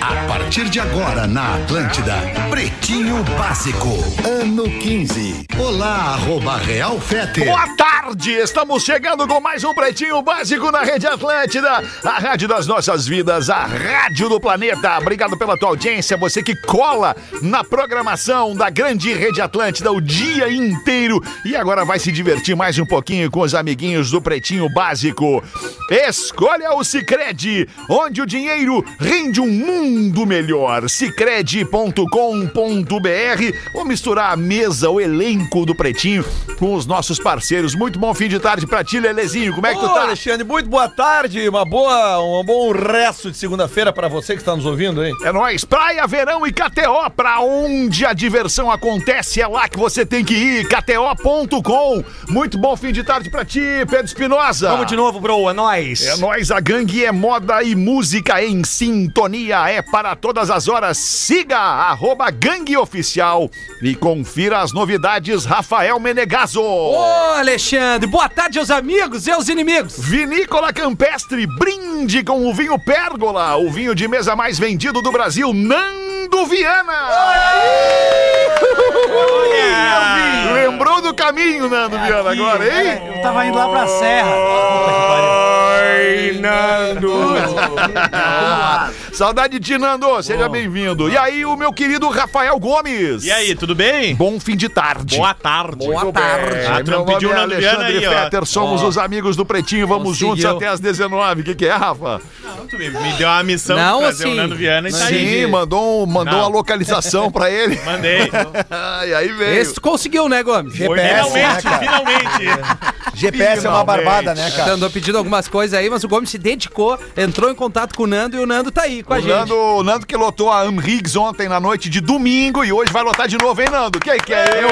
A partir de agora na Atlântida, Pretinho Básico, ano 15. Olá, arroba Real Fete. Boa tarde, estamos chegando com mais um Pretinho Básico na Rede Atlântida, a rádio das nossas vidas, a rádio do planeta. Obrigado pela tua audiência, você que cola na programação da grande Rede Atlântida o dia inteiro e agora vai se divertir mais um pouquinho com os amiguinhos do Pretinho Básico. Escolha o Sicredi, onde o dinheiro rende um mundo melhor. Sicredi.com.br. Vou misturar a mesa, o elenco do Pretinho com os nossos parceiros. Muito bom fim de tarde pra ti, Lelezinho. Como é que tu Ô, tá? Alexandre, muito boa tarde, uma boa, um bom resto de segunda-feira pra você que está nos ouvindo, hein? É nóis, praia, verão e KTO, pra onde a diversão acontece, é lá que você tem que ir, kto.com. Muito bom fim de tarde pra ti, Pedro Espinosa. Vamos de novo, bro, é nóis. É nóis, a gangue é moda e música em sintonia, é para todas as horas. Siga arroba gangue oficial e confira as novidades, Rafael Menegaso. Ô, Alexandre, boa tarde aos amigos e aos inimigos. Vinícola Campestre, brinde com o vinho Pérgola, o vinho de mesa mais vendido do Brasil, Nando Viana. Olha! Lembrou do caminho, Nando Viana, agora, é hein? É, Eu tava indo lá pra Serra. Oi, Nando! Ah, Saudade de ti, Nando, seja bem-vindo. E aí, o meu querido Rafael Gomes. E aí, tudo bem? Bom fim de tarde. Boa tarde. Boa tarde. Ah, tu Meu não nome pediu é o Nando Viana Alexandre aí, ó. Fetter, somos os amigos do Pretinho, vamos juntos até às 19. O que, que é, Rafa? Tu me, me deu uma missão Não, de trazer assim, o Nando Viana e tá Sim, aí. mandou, um- mandou Não. a localização pra ele. Mandei. e aí veio. Esse tu conseguiu, né, Gomes? Foi, é GPS, né, finalmente, cara? finalmente. GPS é uma barbada, né, Tá. cara? Andou pedindo algumas coisas aí, mas o Gomes se dedicou, entrou em contato com o Nando e o Nando tá aí com a O gente. Nando, o Nando que lotou a Amrigs ontem na noite de domingo e hoje vai lotar de novo, hein, Nando? Que que é? Eu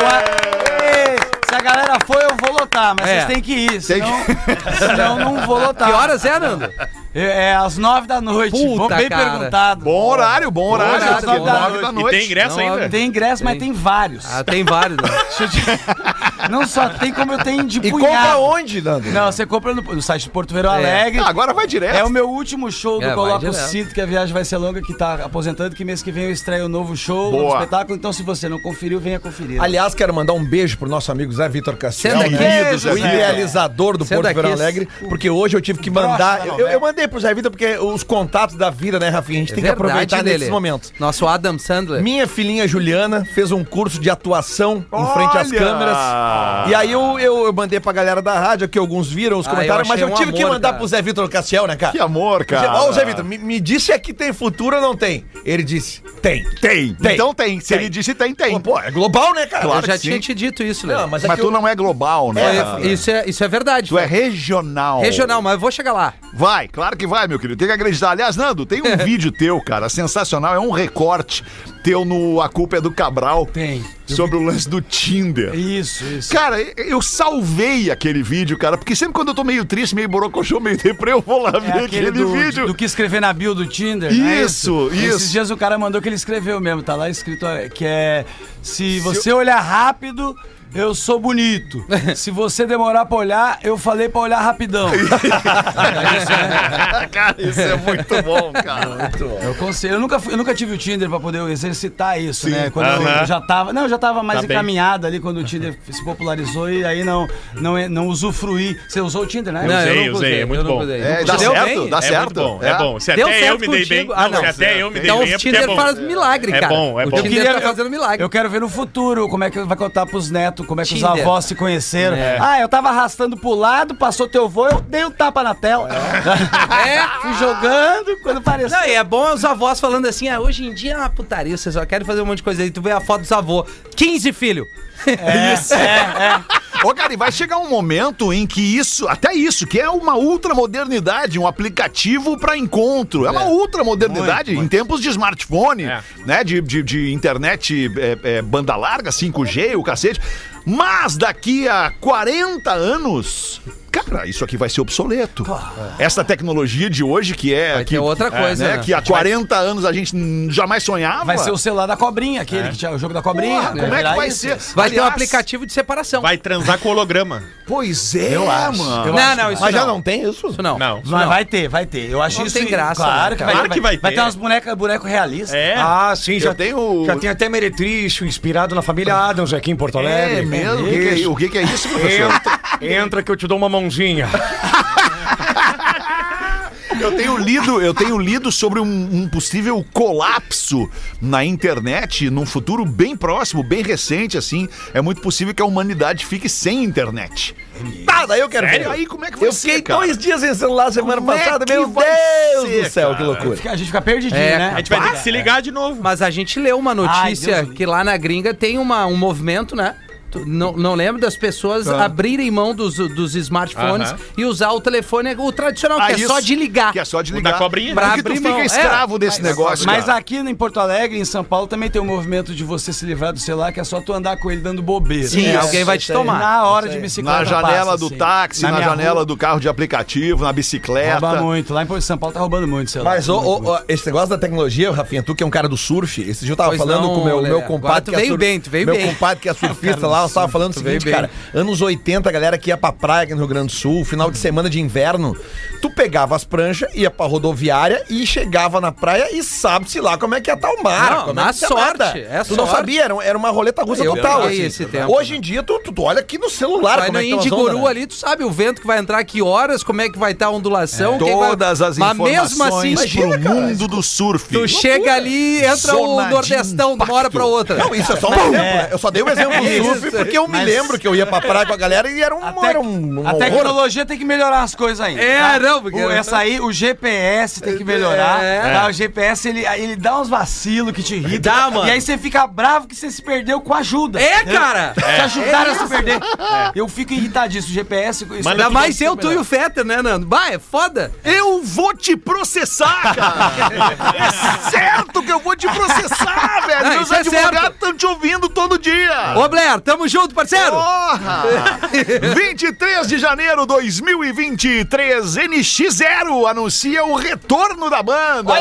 Se a galera for, eu vou lotar, mas É. vocês têm que ir, Tem senão, senão não vou tá, lotar. Que horas é, Nando? É, é às nove da noite. Puta, Bom, bem cara. perguntado. Bom horário, bom horário. horário, às bom nove da da horário. E tem ingresso Não, ainda? Tem ingresso, mas tem vários. Ah, tem vários. Né? Deixa eu te- Não só tem como eu tenho de E punhado. compra onde, Nando? É. Não, você compra no, no site do Porto Verão Alegre. Ah, agora vai direto. É o meu último show do É, vai Coloca o direto. Cinto, que a viagem vai ser longa, que tá aposentando, que mês que vem eu estreio um novo show, um Boa. novo espetáculo. Então, se você não conferiu, venha conferir. Aliás, quero mandar um beijo pro nosso amigo Zé Vitor Castilho. É um Senta aqui. O idealizador do Senta Porto aqui. Verão Alegre, porque hoje eu tive que mandar. Eu, né? eu mandei pro Zé Vitor porque os contatos da vida, né, Rafinha? É A gente tem que aproveitar nesses momentos. Nosso Adam Sandler. Minha filhinha Juliana fez um curso de atuação em frente às Olha! câmeras. E aí eu, eu, eu mandei pra galera da rádio, que alguns viram os Ah, comentaram, eu mas achei eu um tive que amor, mandar cara. pro Zé Vitor Castiel, né, cara? Que amor, cara. Ó, o Zé Vitor, me, me disse aqui tem futuro ou não tem? Ele disse, tem. Tem. Tem. Então tem. Se Tem. ele disse tem, tem. Pô, é global, né, cara? Claro eu já que sim. tinha te dito isso, Léo. Não, mas, é Mas que tu eu- não é global, né? É, Rafa? isso, é, isso é verdade. Tu é regional. regional, mas eu vou chegar lá. Vai, claro que vai, meu querido. Tem que acreditar. Aliás, Nando, tem um vídeo teu, cara, sensacional. É um recorte teu no A Culpa é do Cabral. Tem. É Sobre o lance do Tinder. Isso, isso. Cara, eu- eu salvei aquele vídeo, cara, porque sempre quando eu tô meio triste, meio borocochô, meio deprê, eu vou lá ver É aquele, aquele do, vídeo. do que escrever na bio do Tinder. Isso, não é isso. Esses dias o cara mandou que ele escreveu mesmo, tá lá escrito ó, que é se você olhar rápido, eu sou bonito. se você demorar pra olhar, eu falei pra olhar rapidão. cara, isso é muito bom, cara. eu, conselho, eu nunca fui- eu nunca tive o Tinder pra poder exercitar isso, né? Quando eu- Aham. eu já tava, não, eu já tava mais Tá bem. encaminhada ali quando o Tinder se popularizou e aí não não não usufruí. Você usou o Tinder, né? usei, nunca usei, é muito eu nunca bom. usei. É, Nunca dá usei. Deu certo, bem? dá É certo. muito bom, é, bom. Se Deu até eu certo me dei bem. contigo? Ah, não, não. se até eu me dei Então bem, o é porque é Tinder bom. faz milagre, É cara. bom, é O bom. Tinder queria- tá fazendo milagre. Eu quero ver no futuro como é que vai contar pros netos, como é que os Tinder. avós se conheceram. É. Ah, eu tava arrastando pro lado, passou teu vô, eu dei um tapa na tela. É, Fui jogando, quando pareceu. Não, e é bom os avós falando assim, ah, hoje em dia é uma putaria, vocês só querem fazer um monte de coisa aí. Tu vê a foto dos avô, 15 filho. Isso. É, é. Ô, cara, e vai chegar um momento em que isso, até isso, que é uma ultramodernidade, um aplicativo pra encontro. É uma ultramodernidade em tempos de smartphone, É. né? De, de, de internet é, é, banda larga, 5G, o cacete. Mas daqui a 40 anos. Cara, isso aqui vai ser obsoleto. Essa tecnologia de hoje que é. Vai que, ter outra coisa, né, né? Que há 40 anos a gente hum, jamais sonhava. Vai ser o celular da cobrinha, É. aquele que tinha o jogo da cobrinha. Porra, como é que Era vai isso? ser? Vai ter um Aliás, aplicativo de separação. Vai transar com holograma. Pois é, Eu acho. mano. Eu não, acho não, que isso Mas não. já não tem isso? Isso não. Não. Isso Mas vai ter, vai ter. Eu acho Não isso. tem graça, Claro né, que cara? vai, Claro que vai Vai ter ter. umas bonecas, boneco realista. É. Ah, sim, já tem tenho- Já tem até Meretriz, inspirado na família Adams aqui em Porto Alegre. É mesmo? O que que é- O que, que é isso, professor? Entra, entra que eu te dou uma mãozinha. Eu tenho lido, eu tenho lido sobre um, um possível colapso na internet num futuro bem próximo, bem recente, assim. É muito possível que a humanidade fique sem internet. Tá, daí eu quero Sério? ver. Aí como é que vai Eu ser, fiquei cara? dois dias sem celular semana Como é passada. que Meu vai Deus ser, do céu, que cara? loucura. Fica- A gente fica perdidinho, É, né? cara. A gente vai ter que se ligar de novo. Mas a gente leu uma Ai, notícia Deus que lá na gringa tem uma, um movimento, né? Tu- Não, não lembro das pessoas abrirem mão dos, dos smartphones Aham. e usar o telefone, o tradicional, Ah, que é só isso, de ligar. Que é só de O ligar. da cobrinha, né? Porque Pra tu abrir mão. fica É, escravo desse negócio, Mas cara. aqui em Porto Alegre, em São Paulo, também tem um movimento de você se livrar do celular, que é só tu andar com ele dando bobeira. Sim, É, alguém vai te isso aí. tomar. Na hora Isso de aí. bicicleta. Na janela passa, do assim. táxi, na, minha janela rua, do carro de aplicativo, na bicicleta. Rouba muito. Lá em Porto- São Paulo tá roubando muito, sei lá. Mas ô, ô, ô, esse negócio da tecnologia, Rafinha, tu que é um cara do surf, esse dia eu tava Pois falando não, com o meu, Lelé. meu Agora tu compadre. que é veio bem, tu veio meu bem. compadre que é surfista lá, nós tava falando o veio seguinte, bem. cara. Anos 80, a galera que ia pra praia aqui no Rio Grande do Sul, final de semana de inverno, tu pegava as pranchas, ia pra rodoviária e chegava na praia e sabe-se lá como é que ia tá o mar. Não, como na é que tinha sorte, nada. é tu não sorte. sabia, era, um, era uma roleta russa Eu total. assim. peguei esse tempo, né? Hoje em dia, tu, tu- tu olha aqui no celular, Vai no como é que tá as Indiguru ondas, né? ali, tu sabe o vento que vai entrar, que horas, como é que vai estar a ondulação. quem vai- Todas as Mas informações mesmo assim, pro mundo do surf. tu chega ali, entra Zona o de Nordestão de uma hora pra outra. Não, isso é só um exemplo. né? Eu só dei um exemplo do É isso. surf porque eu me Mas- lembro que eu ia pra praia com a galera e era um, A, tec- era um, um a horror. tecnologia tem que melhorar as coisas ainda. tá? É, não, porque- O- essa aí, o GPS tem que melhorar. É. tá? O GPS, ele, ele dá uns vacilos que te irritam. Dá, mano. E aí você fica bravo que você se perdeu com ajuda. É, entendeu? cara. Te ajudaram a se perder. Eu fico irritadíssimo. O GPS... isso Ainda aqui mais tem que eu, tu e melhorar. o Fetter, né, Nando? Bah, é foda. Eu vou te processar, cara! é certo que eu vou te processar, velho! Não, Meus isso é advogados certo. estão te ouvindo todo dia! Tá. Ô, Blair, tamo junto, parceiro. Porra! 23 de janeiro 2023, NX0 anuncia o retorno da banda. Opa!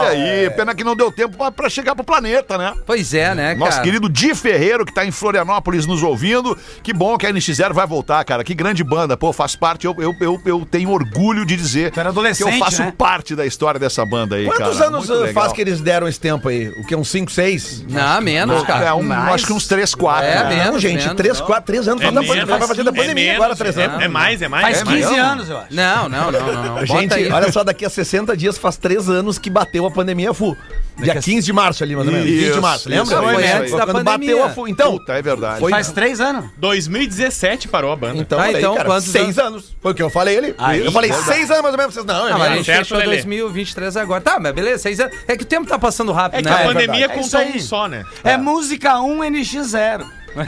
Olha aí, pena que não deu tempo pra- pra chegar pro planeta, né? Pois é, né, cara? Nosso querido Di Ferreiro, que tá em Florianópolis nos ouvindo. Que bom que a NX0 vai voltar, cara. Que grande banda. Pô, faz parte. Eu, eu, eu, eu tenho orgulho de dizer era adolescente, que eu faço né? parte da história dessa banda aí, Quantos cara. anos Muito uh, legal. faz que eles deram esse tempo aí? O que, uns 5, 6? Não, menos, cara. É, um- Acho que uns 3, 4. É, mesmo. Não, gente, menos, 3, 4, 3 anos. É Faz da pandemia, menos, vai fazer da é pandemia menos, agora, 3 é- anos. É mais, é mais. Faz é mais. 15 anos, eu acho. Não, não, não, não. não. Gente, Bota aí. olha só, daqui a 60 dias faz 3 anos que bateu a pandemia FU. Dia 15 de março ali, mais ou menos. Isso, 15 de isso, março, lembra? isso aí, isso aí. quando bateu a FU. Então, Puta, é verdade. foi... Faz três anos. 2017 parou a banda. Então, Ah, olha aí, então, cara, quantos 6 anos. Foi o que eu falei ali. eu é. falei 6 anos mais ou menos. Vocês, não, é Não, Ah, mas a menos. gente Certo, fechou Lelê. 2023 agora. Tá, mas beleza, seis anos. É que o tempo tá passando rápido, É que né? a é pandemia verdade. É isso conta um aí. só, né? É, música 1 NX0. Boa.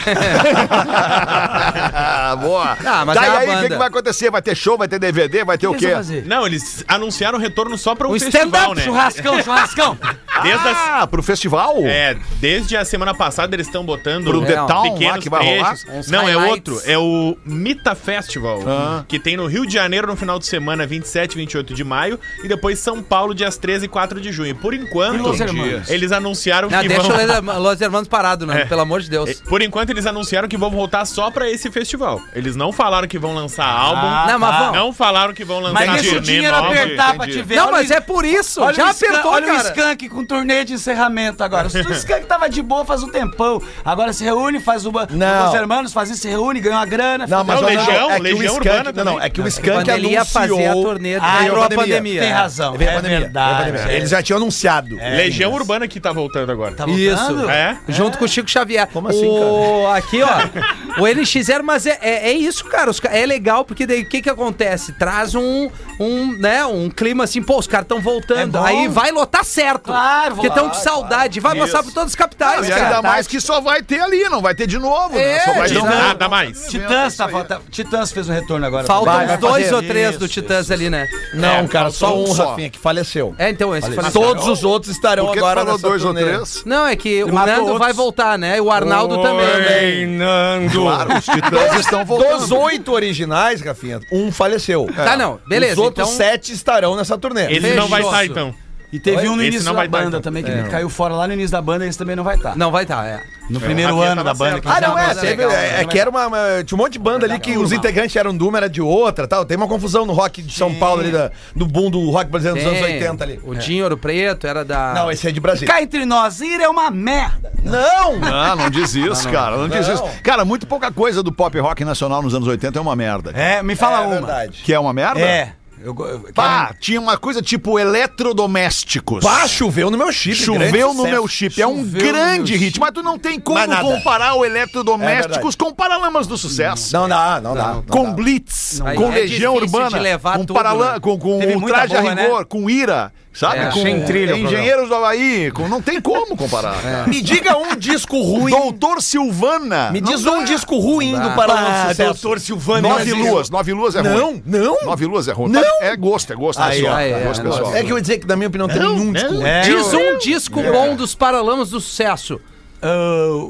Ah, mas tá, é e a aí, o que, banda. que vai acontecer? Vai ter show, vai ter DVD, vai ter o que quê? eles vão fazer? Não, eles anunciaram o retorno só pra um, Um festival, stand-up, né? Churrascão, churrascão. Desde a- Ah, pro festival? é, desde a semana passada eles estão botando Pro The Não. Town lá pequenos que vai rolar? trechos. Uns Não, é highlights. outro. É o Mita Festival, Ah. que tem no Rio de Janeiro no final de semana, 27 e 28 de maio, e depois São Paulo, dias 13 e 4 de junho. Por enquanto, E Los Hermanos? eles anunciaram Não, que deixa vão... o Los- Los Hermanos parado, né? É. Pelo amor de Deus. Por enquanto, eles anunciaram que vão voltar só pra esse festival. Eles não falaram que vão lançar álbum. Ah, Não, mas tá. vão. Não falaram que vão lançar Mas deixa o turnê dinheiro nova. apertar pra entendi. te ver. Não, Olha mas o é por isso. Olha Já o Skank- apertou, olha o cara. Skank com turnê de encerramento agora. O Skank tava de boa faz um tempão. Agora se reúne, faz uma. um Não. Os hermanos fazem, se reúne, ganha uma grana. fica- Não, mas Não, olha, Legião, é que Legião o Skank, Urbana não, não, também. é que o Skank Quando ele ia anunciou- fazer a turnê, Ah, veio veio a pandemia. Tem razão. Veio a É pandemia, verdade, veio a pandemia. é. Eles já tinham anunciado. Legião Urbana que tá voltando agora. Tá Isso. voltando? É? Junto com o Chico Xavier. Como assim, o... Aqui, ó. o NX0, mas é, é é, é isso, cara. Os ca- é legal, porque daí o que que acontece? Traz um, um, né, um clima assim, pô, os caras estão voltando. É bom. aí vai lotar certo. Claro, porque estão claro, de saudade. Vai mostrar Isso. pra todas as capitais, E cara. tá ainda mais que só vai ter ali, não vai ter de novo. né? É, Só vai De ter um- nada mais. Titãs, tá, tá, Titãs fez um retorno agora. Faltam Vai, uns vai dois fazer. ou três do Isso, Titãs ali, né? Não, cara, só faltou um, um só. Rafinha, que faleceu. É, então esse faleceu. Todos os outros estarão Por que tu agora falou nessa dois ou turnê. três? Não, é que o matou Nando outros. vai voltar, né? E o Arnaldo também, né? Nando. Claro, os titãs estão voltando. Dos oito originais, Rafinha, um faleceu. Tá, não. Beleza, Os outros então- sete estarão nessa turnê. Ele não vai Fechoso. estar, então. E teve Oi? um no Esse início não da vai dar, banda então. também, que ele caiu fora lá no início da banda, esse também não vai tá. estar. Não vai estar, é. No primeiro a ano da Bia tava banda. certa. que Ah, eles não, estavam é, mas fazendo. teve- legal, é, é que era uma, uma- Tinha um monte de banda ali que os integrantes eram de uma, era de outra tal. Tem uma confusão no rock de São Paulo ali, da- do boom do rock brasileiro dos anos Tem. 80 ali. É. O Dinho Ouro Preto era da... Não, esse é de Brasília. Cá entre nós, ir é uma merda. Não! Ah, não diz isso, cara. Não, diz Não. isso. Cara, muito pouca coisa do pop rock nacional nos anos 80 é uma merda. É, me fala uma. Que é uma merda? É. Eu, go- eu, Pá, tinha uma coisa tipo eletrodomésticos. Pá, choveu no meu chip. grande Choveu no sucesso. meu chip. É um Choveu no grande meu hit, mas tu não tem como Mas nada. É comparar o eletrodomésticos verdade. com Paralamas do Sucesso. Não dá, não dá. não com dá. Blitz, Aí com é Legião difícil Urbana, de levar com, tudo, Parala- né? com, com Teve o muita Traje a boa, né? Rigor, com Ira, sabe? É, com sem trilha o Engenheiros do Havaí, com, não tem como comparar. cara. Me diga um disco ruim. Doutor Silvana, Me diz um disco ruim do Paraná do Sucesso. Doutor Silvano. Nove Luas, Nove Luas é ruim. Não, não. Nove Luas é ruim. Não. É gosto, é gosto Aí, pessoal. ó, aí, é gosto é, pessoal. É que eu ia dizer que, na minha opinião, tem um disco ruim. É, Diz eu- um disco bom dos Paralamas do Sucesso.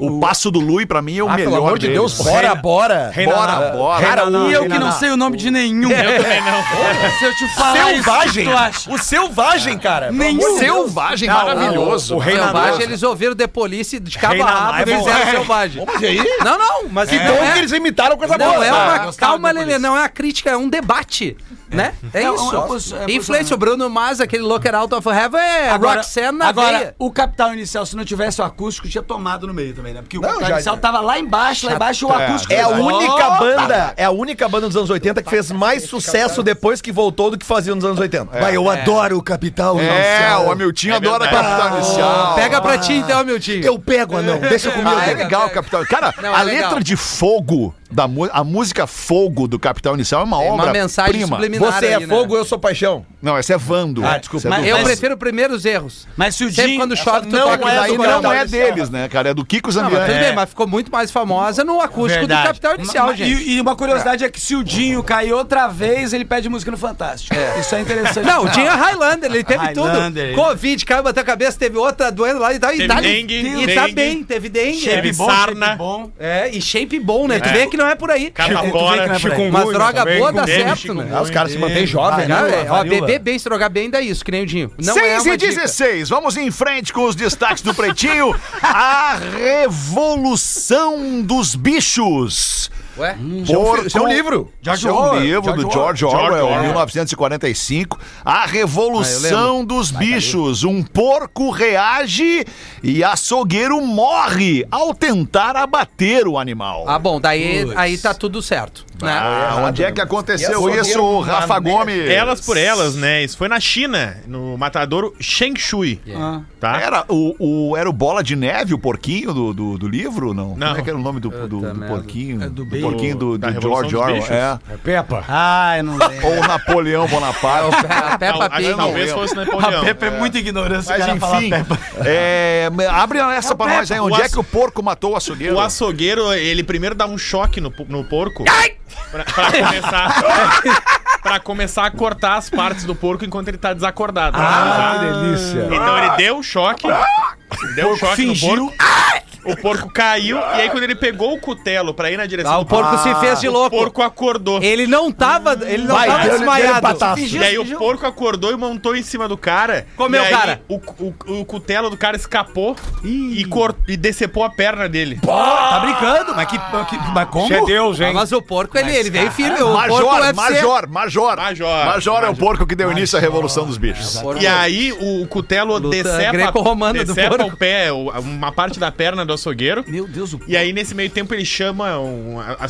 O Passo do Lui, pra mim, é o Ah, melhor pelo amor de Deus, deles. bora, bora. Bora, bora. cara, Renaná, e eu que não Renaná. sei o nome de nenhum. Eu também não. Se eu te falar isso, o que Selvagem. tu acha? O Selvagem, cara. Nenhum. Selvagem, maravilhoso. O Selvagem, eles ouviram The Police de cabo a Reinaná rabo é e bom. fizeram Selvagem. Mas e aí? Não, não, mas Que então bom é- que eles imitaram com essa Não, bola. é Ah, uma, gostaram calma, da Lelê, não é uma crítica, é um debate, né? É, É um- isso. é um posi- é um Influência, o Bruno Mars, aquele Locker Out of Heaven, é Roxanne na agora veia. o capital inicial, se não tivesse o acústico, tinha tomado no meio também, né? Porque o Não, capital já- inicial tava lá embaixo, lá embaixo o acústico. É a Opa! única banda, é a única banda dos anos 80 que fez mais sucesso depois que voltou do que fazia nos anos 80. Vai, eu adoro o Capital É, Inicial. o Hamilton adora verdade. Capital Inicial. Pega pra ti então, meu tio. Eu pego, anão. Deixa comigo. Ah, é legal, Capital. Cara, Não, é a legal. letra de fogo, da mu- a música Fogo do Capital Inicial é uma uma obra. mensagem prima. subliminar. Você aí, é né? fogo, eu sou paixão. Não, essa é Vando. Ah, desculpa. Essa é do Eu Vando. prefiro primeiro os erros. Mas se o Sempre Jim... quando chove, tu não toca Mas é daí aí do não não Capital é Inicial. deles, né, cara? É do Kiko Não, mas tudo Zambiano. bem, mas ficou muito mais famosa no acústico Verdade. do Capital Inicial, Ma- ma- gente. E, e uma curiosidade é que se o Dinho cair outra vez, ele pede música no Fantástico. Isso é interessante. Não, o tinha Highlander, ele teve Highlander, tudo. ele- Covid, caiu, bateu a cabeça, teve outra doença lá e tal. e Teve tá, dengue, e tá dengue. bem, teve dengue. Teve Shape é bom, sarna. shape bom. É, e shape bom, né? Tu vê que não é por aí. Cara, Tu vê que não fora. é por aí. Mas droga boa dá dengue, certo, chikungunya. né? Ah, os caras se mantêm jovens, Não, né? é, ó, varíola. beber bem, se drogar bem, dá isso, que nem o Dinho. Não 6 é e uma dica. 16, vamos em frente com os destaques do Pretinho. A revolução dos bichos. Ué? Por Isso é um con- livro. George Isso é um Orwell. livro do George Orwell, George Orwell. 1945. A Revolução dos Bichos. Um porco reage e açougueiro morre ao tentar abater o animal. Ah, bom, daí aí tá tudo certo. Né? Ah, onde é que aconteceu E açougueiro isso, com Rafa banana. Gomes? Elas por elas, né? Isso foi na China, no matadouro Sheng Shui. Ah. Tá? Era o, o- era o Bola de Neve, o porquinho do, do, do livro? Não. Não. Como é que era o nome do, do, do merda. porquinho? do do bacon. porquinho do, Da do Revolução George dos Orwell. Bichos. É. Peppa. Ah, eu não lembro. Ou Napoleão Bonaparte. A Peppa Tal- Pig. Talvez fosse Napoleão. é muita ignorância. Mas o cara fala enfim, Peppa. é, abre essa pra nós aí. Peppa. Onde O é que o porco matou o açougueiro? O açougueiro, ele primeiro dá um choque no, po- no porco. Pra, pra começar. pra começar a cortar as partes do porco enquanto ele tá desacordado. Ah, Que delícia. Então Ah! ele deu um choque. Deu um choque no porco. Ah! O porco caiu. E aí, quando ele pegou o cutelo pra ir na direção Ah, do o porco se fez de o louco. porco acordou. Ele não tava, ele não Vai, tava deu-lhe- deu-lhe desmaiado. pataço. E aí o porco acordou e montou em cima do cara. Comeu E aí o cara. O, o- o cutelo do cara escapou e, cor- e decepou a perna dele. Tá brincando? Mas, que, que, mas como? Isso é Deus, Ah, hein? mas o porco, ele, ele veio firme. O porco é Major, UFC. Major, Major. Major. Major é o porco que deu início à Revolução dos Bichos. Porco. Ah, E aí o cutelo Luta decepa, greco-romana do decepa porco. o pé, o- uma parte da perna do açougueiro. Meu Deus, o E aí, nesse meio tempo, ele chama um- a,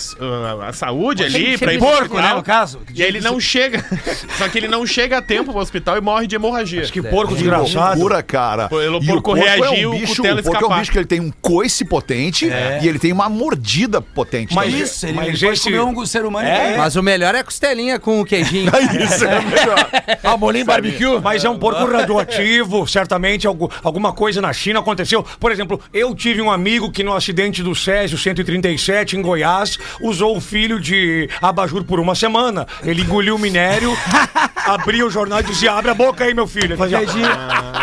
a- a saúde ali chega pra ir de pro porco, hospital. né, no caso? E aí ele não chega. Só que ele não chega a tempo pro hospital e morre de hemorragia. Que porco Que desgraçado. loucura, cara. Pelo E porco reagir, é um o bicho, cutelo o porco é um escapar. É. bicho que ele tem um coice potente e ele tem uma mordida potente. Mas também. isso, ele, mas ele pode esse- comer um ser humano e cair. Mas o melhor é a costelinha com o queijinho. isso é melhor. Ah, molinho barbecue. Mas é um porco radioativo, certamente algu- alguma coisa na China aconteceu. Por exemplo, eu tive um amigo que no acidente do Césio 137 em Goiás usou o filho de abajur por uma semana. Ele engoliu o minério, abria o jornal e dizia, abre a boca aí, meu filho. Ele fazia, Entendi.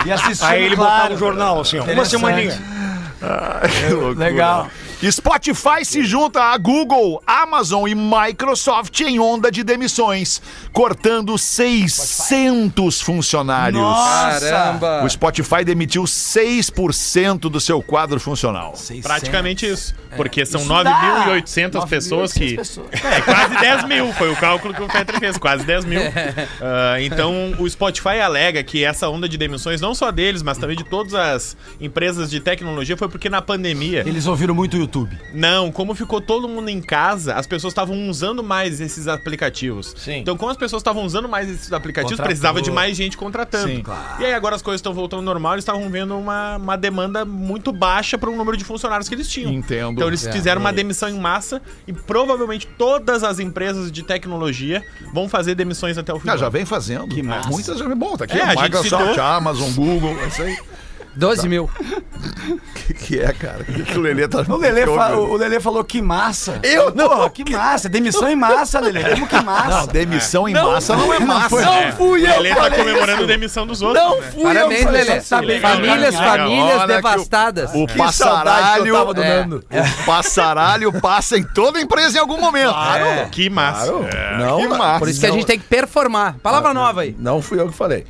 E assistindo, aí ele claro. botava o jornal, assim, ó, uma Interessante. Ah, semaninha. Que loucura. Legal. Então, Spotify se junta a Google, Amazon e Microsoft em onda de demissões, cortando 600 funcionários. Nossa! Caramba. O Spotify demitiu 6% do seu quadro funcional. Praticamente isso. Porque são É. Isso dá 9.800 pessoas 9.800 que. pessoas. É, quase 10 mil. Foi o cálculo que o Petri fez, quase 10 mil. É. Ah, então, o Spotify alega que essa onda de demissões, não só deles, mas também de todas as empresas de tecnologia, foi porque na pandemia. Eles ouviram muito o YouTube. Não, como ficou todo mundo em casa, as pessoas estavam usando mais esses aplicativos. Sim. Então, como as pessoas estavam usando mais esses aplicativos, Contratou. precisava de mais gente contratando. Sim, claro. E aí agora as coisas estão voltando ao normal, eles estavam vendo uma, uma demanda muito baixa para o número de funcionários que eles tinham. Entendo. Então É, eles fizeram uma demissão em massa e provavelmente todas as empresas de tecnologia vão fazer demissões até o final. Ah, já vem fazendo. Muitas já vem. Bom, tá aqui É, a a gente Microsoft, citou. a Amazon, Google. é Não sei 12 mil. o que, que é, cara. O que, que o Lelê tá O Lelê, fa- o Lelê falou que massa. Eu não, tô- que massa. Demissão em massa, Lelê. Como que massa? Demissão É em massa não, é massa. Não fui Ele tá comemorando a demissão dos outros. né? fui Parabéns, falei, Lelê. só tá bem Famílias, legal. famílias Olha que o- devastadas. O Que saudade que passaralho. eu tava do É. Nando. O passaralho passa em toda empresa em algum momento. É. É. Que massa. Não, que massa. Por isso que a gente tem que performar. Palavra nova aí. Não fui eu que falei.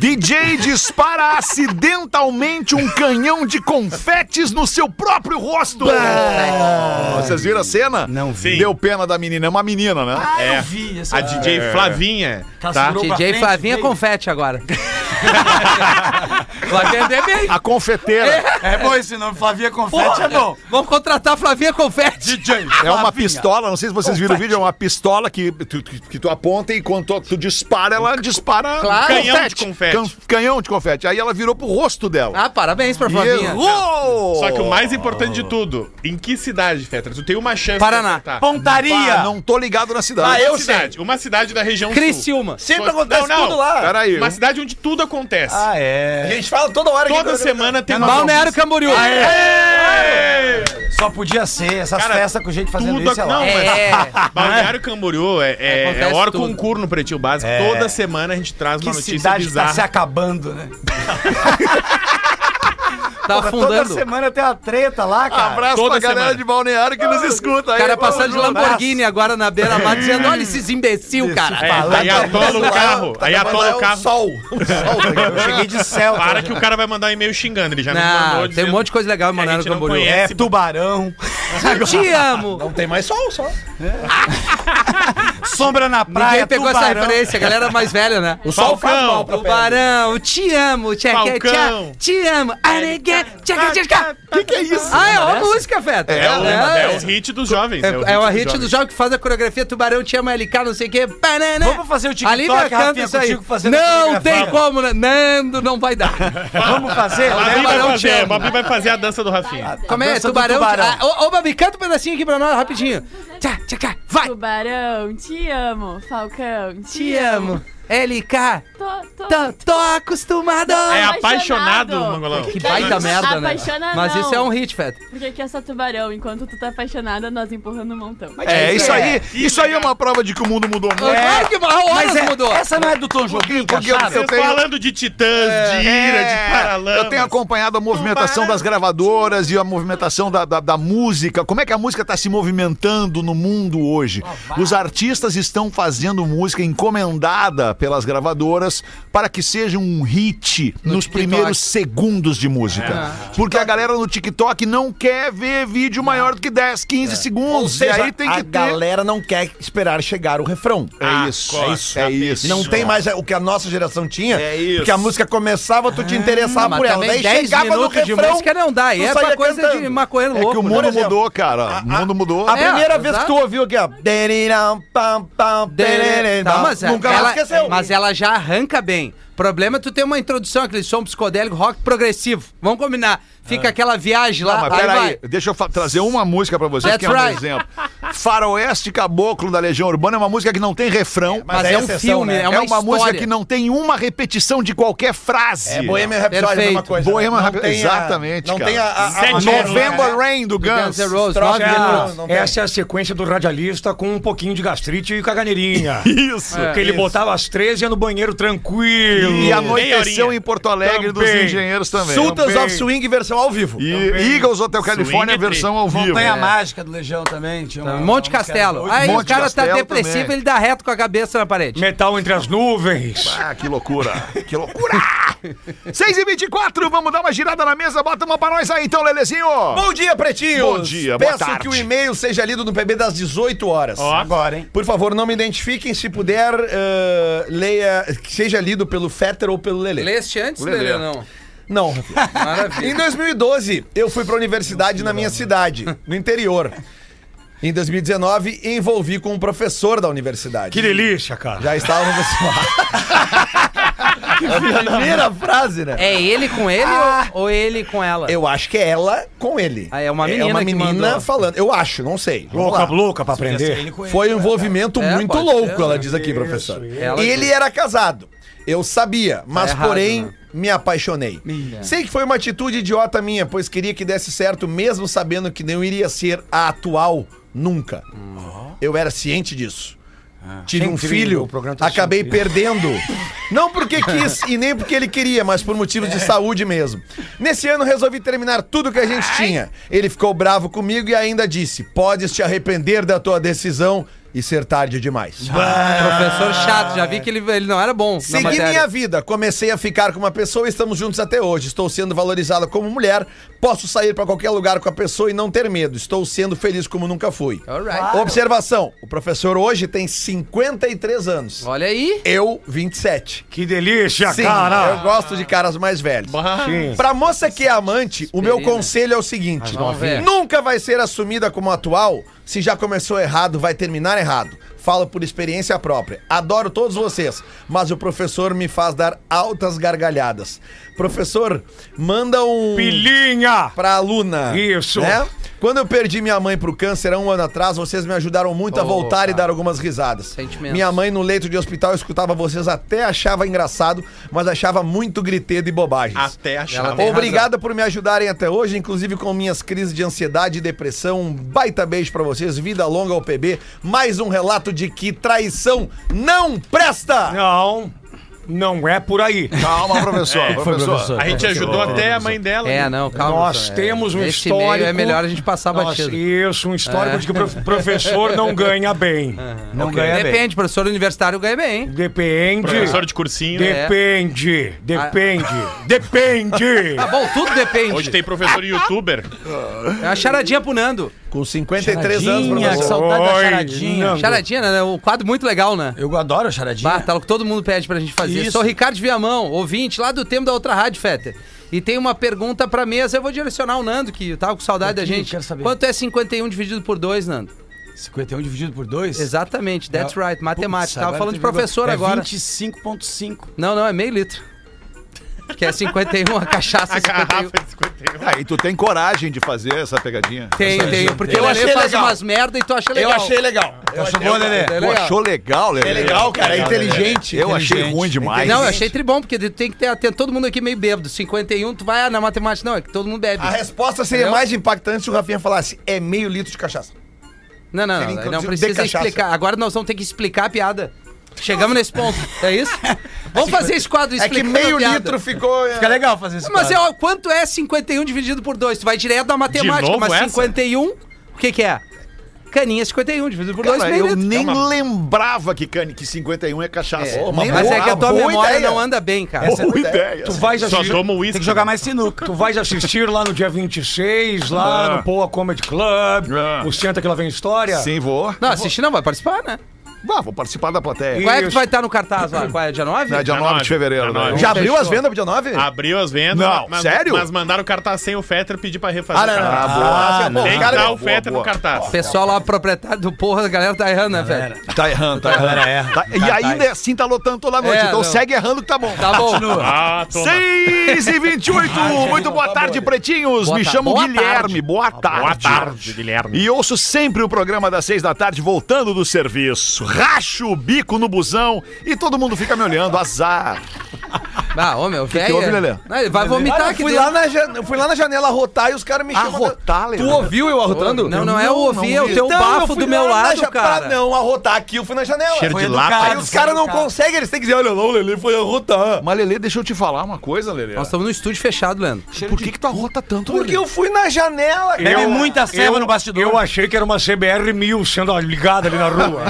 DJ dispara acidentalmente um canhão de confetes no seu próprio rosto. Oh, Vocês viram a cena? Não vi. Deu pena da menina. É uma menina, né? Ah, eu É. vi essa A DJ Flavinha. Ela tá? segurou pra DJ frente, Flavinha veio. confete agora. Flavinha é bem. A confeteira. É bom esse nome, Flavinha Confete é bom. Vamos contratar a Flavinha Confete. DJ. É uma pistola, não sei se vocês viram o vídeo, é uma pistola que tu, que que tu aponta e quando tu, tu dispara, ela dispara Claro. Canhão de confete. Can- canhão de confete. Aí ela virou pro rosto dela. Ah, parabéns pra E Flavinha. Uh, errou! Só que o mais importante de tudo, em que cidade, Fetra? Tu tem uma chance Paraná. de acertar. Pontaria. Ah, não tô ligado na cidade. Uma cidade, Uma cidade da região Criciúma. sul. Sempre acontece Não, não. tudo lá. Peraí. Uma cidade onde tudo acontece. Ah, é. A gente fala toda hora Toda semana tem uma... Balneário Camboriú. É. Só podia ser essas Cara, festas com gente fazendo tudo isso. é lá. não, É. Balneário Camboriú é, é, é Acontece hora tudo. concurso no Pretinho Básico. Toda semana a gente traz Que uma notícia cidade que tá bizarra. se acabando, né? Tá Porra, Toda afundando. O semana tem uma treta lá, cara. Abraço Toda pra galera semana. de Balneário que nos escuta. aí. cara passando de Vamos junto. Lamborghini agora na beira-mar dizendo, olha esses imbecil, É, cara. aí atola o carro. Aí atola o carro. Sol. O sol. Eu cheguei de céu. Para que o cara vai mandar um e-mail xingando. Ele já me mandou Não, tem dizendo- um monte de coisa legal em que a Balneário gente não Camboriú. conhece. É, tubarão, Te amo. Não tem mais sol, só. sombra na Ninguém é praia, pegou essa tubarão. referência, a galera mais velha, né? O sol faz Falcão. mal pra pele. Tubarão, te amo, tchaca, Falcão. tchaca, te amo, aregué, tchaca, tchaca. Que que é isso? Ah, é uma música, Feta. É o, é, é o hit dos jovens. é, é o hit do jogo que faz a coreografia Tubarão te ama LK, não sei o quê. Banana. Vamos fazer o TikTok, Ali já canta Rafinha, isso aí. contigo fazendo a Não coreografia. tem como, né? Nando, não vai dar. Vamos fazer? Babi vai, Tubarão te fazer, ama. Babi vai fazer a dança do Rafinha. Como é? dança do Tubarão. tubarão. Te... Ah, ô, ô, Babi, canta um pedacinho aqui pra nós rapidinho. Tchá, tchá, tchá. Vai. Tubarão, te amo. Falcão, Te amo. Tá LK, Tô, tô, tô, tô acostumado. É apaixonado, Mangolão. Que baita Apaixona merda, né? não. Mas isso é um hit, Feta. Porque aqui é só tubarão. Enquanto tu tá apaixonada, nós empurrando um montão. É, isso aí. Isso aí é uma prova de que o mundo mudou muito. Claro que a Mas hora é- mudou. essa não é do Tom Jobim, porque eu- cachaça? eu- Vocês Tá falando de titãs, de ira, é. de paralamas. É, Eu tenho acompanhado a movimentação das gravadoras e a movimentação da, da, da música. Como é que a música está se movimentando no mundo hoje? Os artistas estão fazendo música encomendada pelas gravadoras para que seja um hit nos TikTok. primeiros segundos de música. É. Porque a galera no TikTok não quer ver vídeo maior do que 10, 15 segundos. É. Ou seja, e aí tem que a ter. galera não quer esperar chegar o refrão. É isso, é isso, é isso. Não tem mais o que a nossa geração tinha. É isso. Porque a música começava, tu te Ah, interessava por ela. Daí 10 chegava no minutos de refrão, música não dá. E tu é saía pra coisa cantando. de maconheiro É louco. que o né? mundo exemplo, mudou, cara. O mundo mudou. A Ah, primeira É, vez que exato. tu ouviu aqui, ó. Deriram, pam, pam, deriram, Tá, mas é- Nunca ela, mais esqueceu. Mas ela já arranca bem. Problema é tu ter uma introdução, aquele som psicodélico, rock progressivo. Vamos combinar. Fica aquela viagem lá. Não, mas ah, aí peraí, vai. deixa eu fa- trazer uma música pra vocês, That's que é um right. exemplo. Faroeste Caboclo da Legião Urbana é uma música que não tem refrão, Mas, é, um filme, é uma, música história. que não tem uma repetição de qualquer frase. É Bohemian Rhapsody, é a mesma Perfeito. coisa. Bohemian Não Rhapsody, tem a- exatamente, Não cara. tem a... a- a- Sete November Rain do Guns Guns. N' Roses, troca nove a- minutos. Não, não tem. essa é a sequência do radialista com um pouquinho de gastrite e caganeirinha. Isso. É. Porque ele botava às 13 e ia no banheiro tranquilo. E Meia anoiteceu horinha. em Porto Alegre dos Também. engenheiros também. Sultans Também. of Swing versão ao vivo. E Eagles Hotel California, Swing é versão ao vivo. Montanha Mágica do Legião também. Tinha um uma- Um Monte uma música Castelo. doida. Aí Monte o cara tá Castelo depressivo, também. ele dá reto com a cabeça na parede. Metal entre as nuvens. Ah, que loucura! Que loucura! 6 e 24 vamos dar uma girada na mesa, bota uma pra nós aí então, Lelezinho! Bom dia, pretinhos! Bom dia, boa Peço tarde. que o e-mail seja lido no PB das 18 horas. Ó. Agora, hein? Por favor, não me identifiquem. Se puder, eh, leia. Que seja lido pelo Fetter ou pelo Lele. Leste antes Lelê. dele ou não? Não. Maravilha. em 2012, eu fui pra universidade na minha cidade, no interior. Em 2019, envolvi com um professor da universidade. Que delícia, cara. Já estávamos. a primeira frase, né? É ele com ele ou, ou ele com ela? Eu acho que é ela com ele. Ah, é uma menina É uma que menina mandou. falando. Eu acho, não sei. Vamos Louca, lá. louca pra aprender. Ele com ele. Foi um envolvimento É, muito pode louco, ser, ela né? diz aqui, professor. Ela Ele diz. era casado. Eu sabia, Tá mas errado, porém né? me apaixonei. Minha. Sei que foi uma atitude idiota minha, pois queria que desse certo, mesmo sabendo que não iria ser a atual nunca. Eu era ciente disso. Tive um Ah. Sempre o filho, programa tá acabei sempre. perdendo. Não porque quis e nem porque ele queria, mas por motivos É. de saúde mesmo. Nesse ano resolvi terminar tudo que a gente tinha. Ele ficou bravo comigo e ainda disse: Podes te arrepender da tua decisão e ser tarde demais. Professor chato, já vi que ele, ele não era bom. na Segui matéria. minha vida, comecei a ficar com uma pessoa e estamos juntos até hoje. Estou sendo valorizada como mulher, posso sair pra qualquer lugar com a pessoa e não ter medo. Estou sendo feliz como nunca fui. Alright. Observação: o professor hoje tem 53 anos. Olha aí. Eu, 27. Que delícia, Sim, cara. eu gosto de caras mais velhos. Sim. Pra moça que é amante, o meu Esperina. conselho é o seguinte: vamos ver. nunca vai ser assumida como atual. Se já começou errado, vai terminar errado. Falo por experiência própria. Adoro todos vocês, mas o professor me faz dar altas gargalhadas. Professor, manda um Pilinha. pra aluna. Isso. Né? Quando eu perdi minha mãe pro câncer há um ano atrás, vocês me ajudaram muito a voltar e dar algumas risadas. Sentimentos. Minha mãe no leito de hospital escutava vocês até achava engraçado, mas achava muito gritedo e bobagens. Até achar. Ela tem Obrigado por me ajudarem até hoje, inclusive com minhas crises de ansiedade e depressão. Um baita beijo pra vocês, vida longa ao PB. Mais um relato de que traição não presta! Não, não é por aí. Calma, professor. professor. A gente ajudou até a mãe dela. É, né? não, calma. Nós professor, é. temos um Esse e-mail histórico. É melhor a gente passar Nós- batido. Isso, um histórico É. de que o prof- professor não ganha bem. Não ganha bem. Depende, professor universitário ganha bem, hein? Depende. Professor de cursinho. De- Depende. Depende. Depende. Tá bom, tudo depende. Hoje tem professor youtuber. É uma charadinha pro Nando. Com 53 anos, Charadinha, que professor. saudade da Oi, charadinha. não. Charadinha, né? Um quadro muito legal, né? Eu adoro a charadinha. Bah, tá louco, todo mundo pede pra gente fazer. Isso. Sou Ricardo Viamão, ouvinte lá do tempo da outra rádio, Fetter. E tem uma pergunta pra mesa, eu vou direcionar o Nando, que tava com saudade da Aqui, gente. quero saber. Quanto é 51 dividido por 2, Nando? 51 dividido por 2? Exatamente, that's right, matemática. É Putz, tava agora falando de tu me pegou. professor É agora. 25,5. Não, não, é meio litro. Que é 51, a cachaça é 51. Ah, e tu tem coragem de fazer essa pegadinha? Tem, tem, porque um. Eu o Lelê achei faz legal. umas merda e tu acha legal. legal. Eu achei Boa, Lelê. É Pô, legal. achou legal, Lelê? É legal, cara, é inteligente. Eu achei ruim demais. Não, eu achei tribom, porque tu tem que ter atento. Todo mundo aqui meio bêbado. 51, tu vai ah, na matemática. Não, é que todo mundo bebe. A resposta seria Entendeu? mais impactante se o Rafinha falasse: é meio litro de cachaça. Não, não, Ele não. Não, introduziu de precisa cachaça. explicar. Agora nós vamos ter que explicar a piada. Chegamos nesse ponto. É isso? Vamos fazer esse quadro É que explicando meio a piada. litro ficou. é, Fica legal fazer isso. Mas é, um ó, quanto é 51 dividido por 2? Tu vai direto da matemática, novo mas essa? 51, o que que é? Caninha 51, dividido por Cara, eu 2 meio litro. nem É uma- lembrava que, cane, que 51 é cachaça. É, Ô, uma mas boa- é que a tua boa memória ideia. não anda bem, cara. boa ideia. Tu vais Só assistir. toma uísque. Tem que jogar mais sinuca. Tu vais assistir lá no dia 26, lá Ah. no Poa Comedy Club, Ah. o Senta que lá vem história. Sim, vou. Não, assistir não, vai participar, né? Ah, vou participar da plateia. Qual é que Isso. vai estar no cartaz lá? Qual é? Dia 9? Não, é dia Dia 9 de nove, fevereiro. dia né? nove. Ah, Já abriu fechou. as vendas pro dia 9? Abriu as vendas. Não, mas, sério? Mas mandaram o cartaz sem o Fetter pedir pra refazer. Ah, não, o não, não. cartaz. Ah, boa. é não. Tem que Cara, dar boa, o Fetter boa. no cartaz. Pessoal lá, proprietário do porra, a galera tá errando, né, velho? Tá errando, tá errando. Tá- e ainda assim tá lotando toda noite. É, então não. segue errando que tá bom. Tá bom. Ah, 6 e 28 Muito boa tarde, pretinhos. Boa Me ta- chamo boa Guilherme. Boa tarde. Boa tarde, Guilherme. E ouço sempre o programa das seis da tarde voltando do serviço. Racho o bico no busão e todo mundo fica me olhando. Azar. Ah, ô meu, velho. houve, Lelê? Não, Ele vai vomitar Cara, eu aqui fui dentro. lá, na jan- eu fui lá na janela arrotar e os caras me chamam. Arrotar, Tu ouviu eu arrotando? Não, não é o ouvir, é o um teu Então, eu bafo fui do meu lá na lado, ja- Pra cara. não arrotar aqui, eu fui na janela. Cheiro Foi de educado. lata. Aí os caras não conseguem, eles têm que dizer, olha lá, o Lelê foi arrotar. Mas, Lelê, deixa eu te falar uma coisa, Lelê. Nós estamos no estúdio fechado, Leandro. Por que, que tu arrota tanto, Porque eu fui na janela, cara. Bebe muita serva eu- no bastidor. Eu achei que era uma CBR 1000 sendo ligada ali na rua.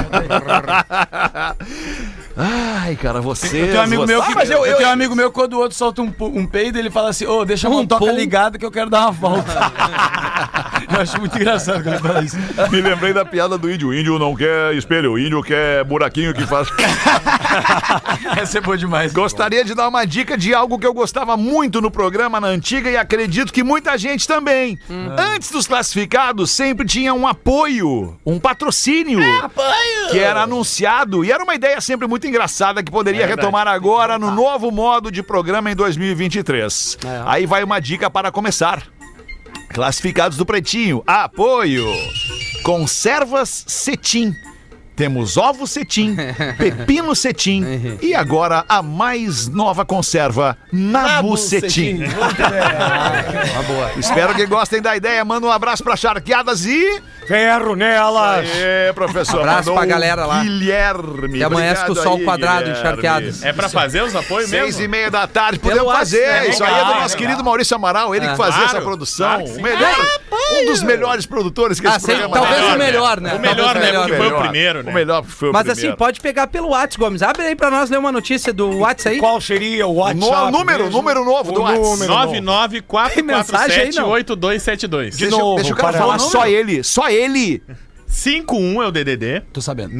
Ai, cara, você. Eu tenho um amigo meu que, Ah, mas eu- eu, eu- tenho um amigo meu que quando o outro solta um, pu- um peido, ele fala assim, ô, deixa a Um montoca pum. ligada que eu quero dar uma volta. eu acho muito engraçado quando ele fala isso. Me lembrei da piada do índio. O índio não quer espelho, o índio quer buraquinho que faz. Essa é boa demais. Gostaria de dar uma dica de algo que eu gostava muito no programa na antiga e acredito que muita gente também. Antes dos classificados, sempre tinha um apoio, um patrocínio. Que era anunciado e era uma ideia sempre muito engraçada que poderia retomar agora no novo modo de programa em 2023. Aí vai uma dica para começar. Classificados do Pretinho, apoio. Conservas Cetim. Temos ovo cetim, pepino cetim e agora a mais nova conserva, Nabu cetim. Espero que gostem da ideia. Manda um abraço pra Charqueadas e... Ferro nelas. É, professor. Abraço mandou pra o galera lá. Guilherme. Que amanhece com o Obrigado sol aí, quadrado em Guilherme. Charqueadas. É pra fazer os apoios Seis mesmo? e meia da tarde, podemos Pelo fazer. WhatsApp, isso aí é do legal, nosso legal. querido Maurício Amaral, ele É. que fazia Claro, essa produção. claro que sim. o melhor, um dos melhores produtores que Ah, esse sim, programa talvez teve. o melhor, né? O melhor, Talvez né? o Porque melhor. foi o primeiro, né? O melhor foi o Mas primeiro. assim, pode pegar pelo WhatsApp, Gomes. Abre aí pra nós ler uma notícia do WhatsApp aí. Qual seria o No, WhatsApp? número, mesmo? número novo do O WhatsApp. número novo. Tem mensagem aí, não? 99444778272. deixa, novo, deixa o cara para- falar só ele, só ele. 51 é o DDD. Tô sabendo.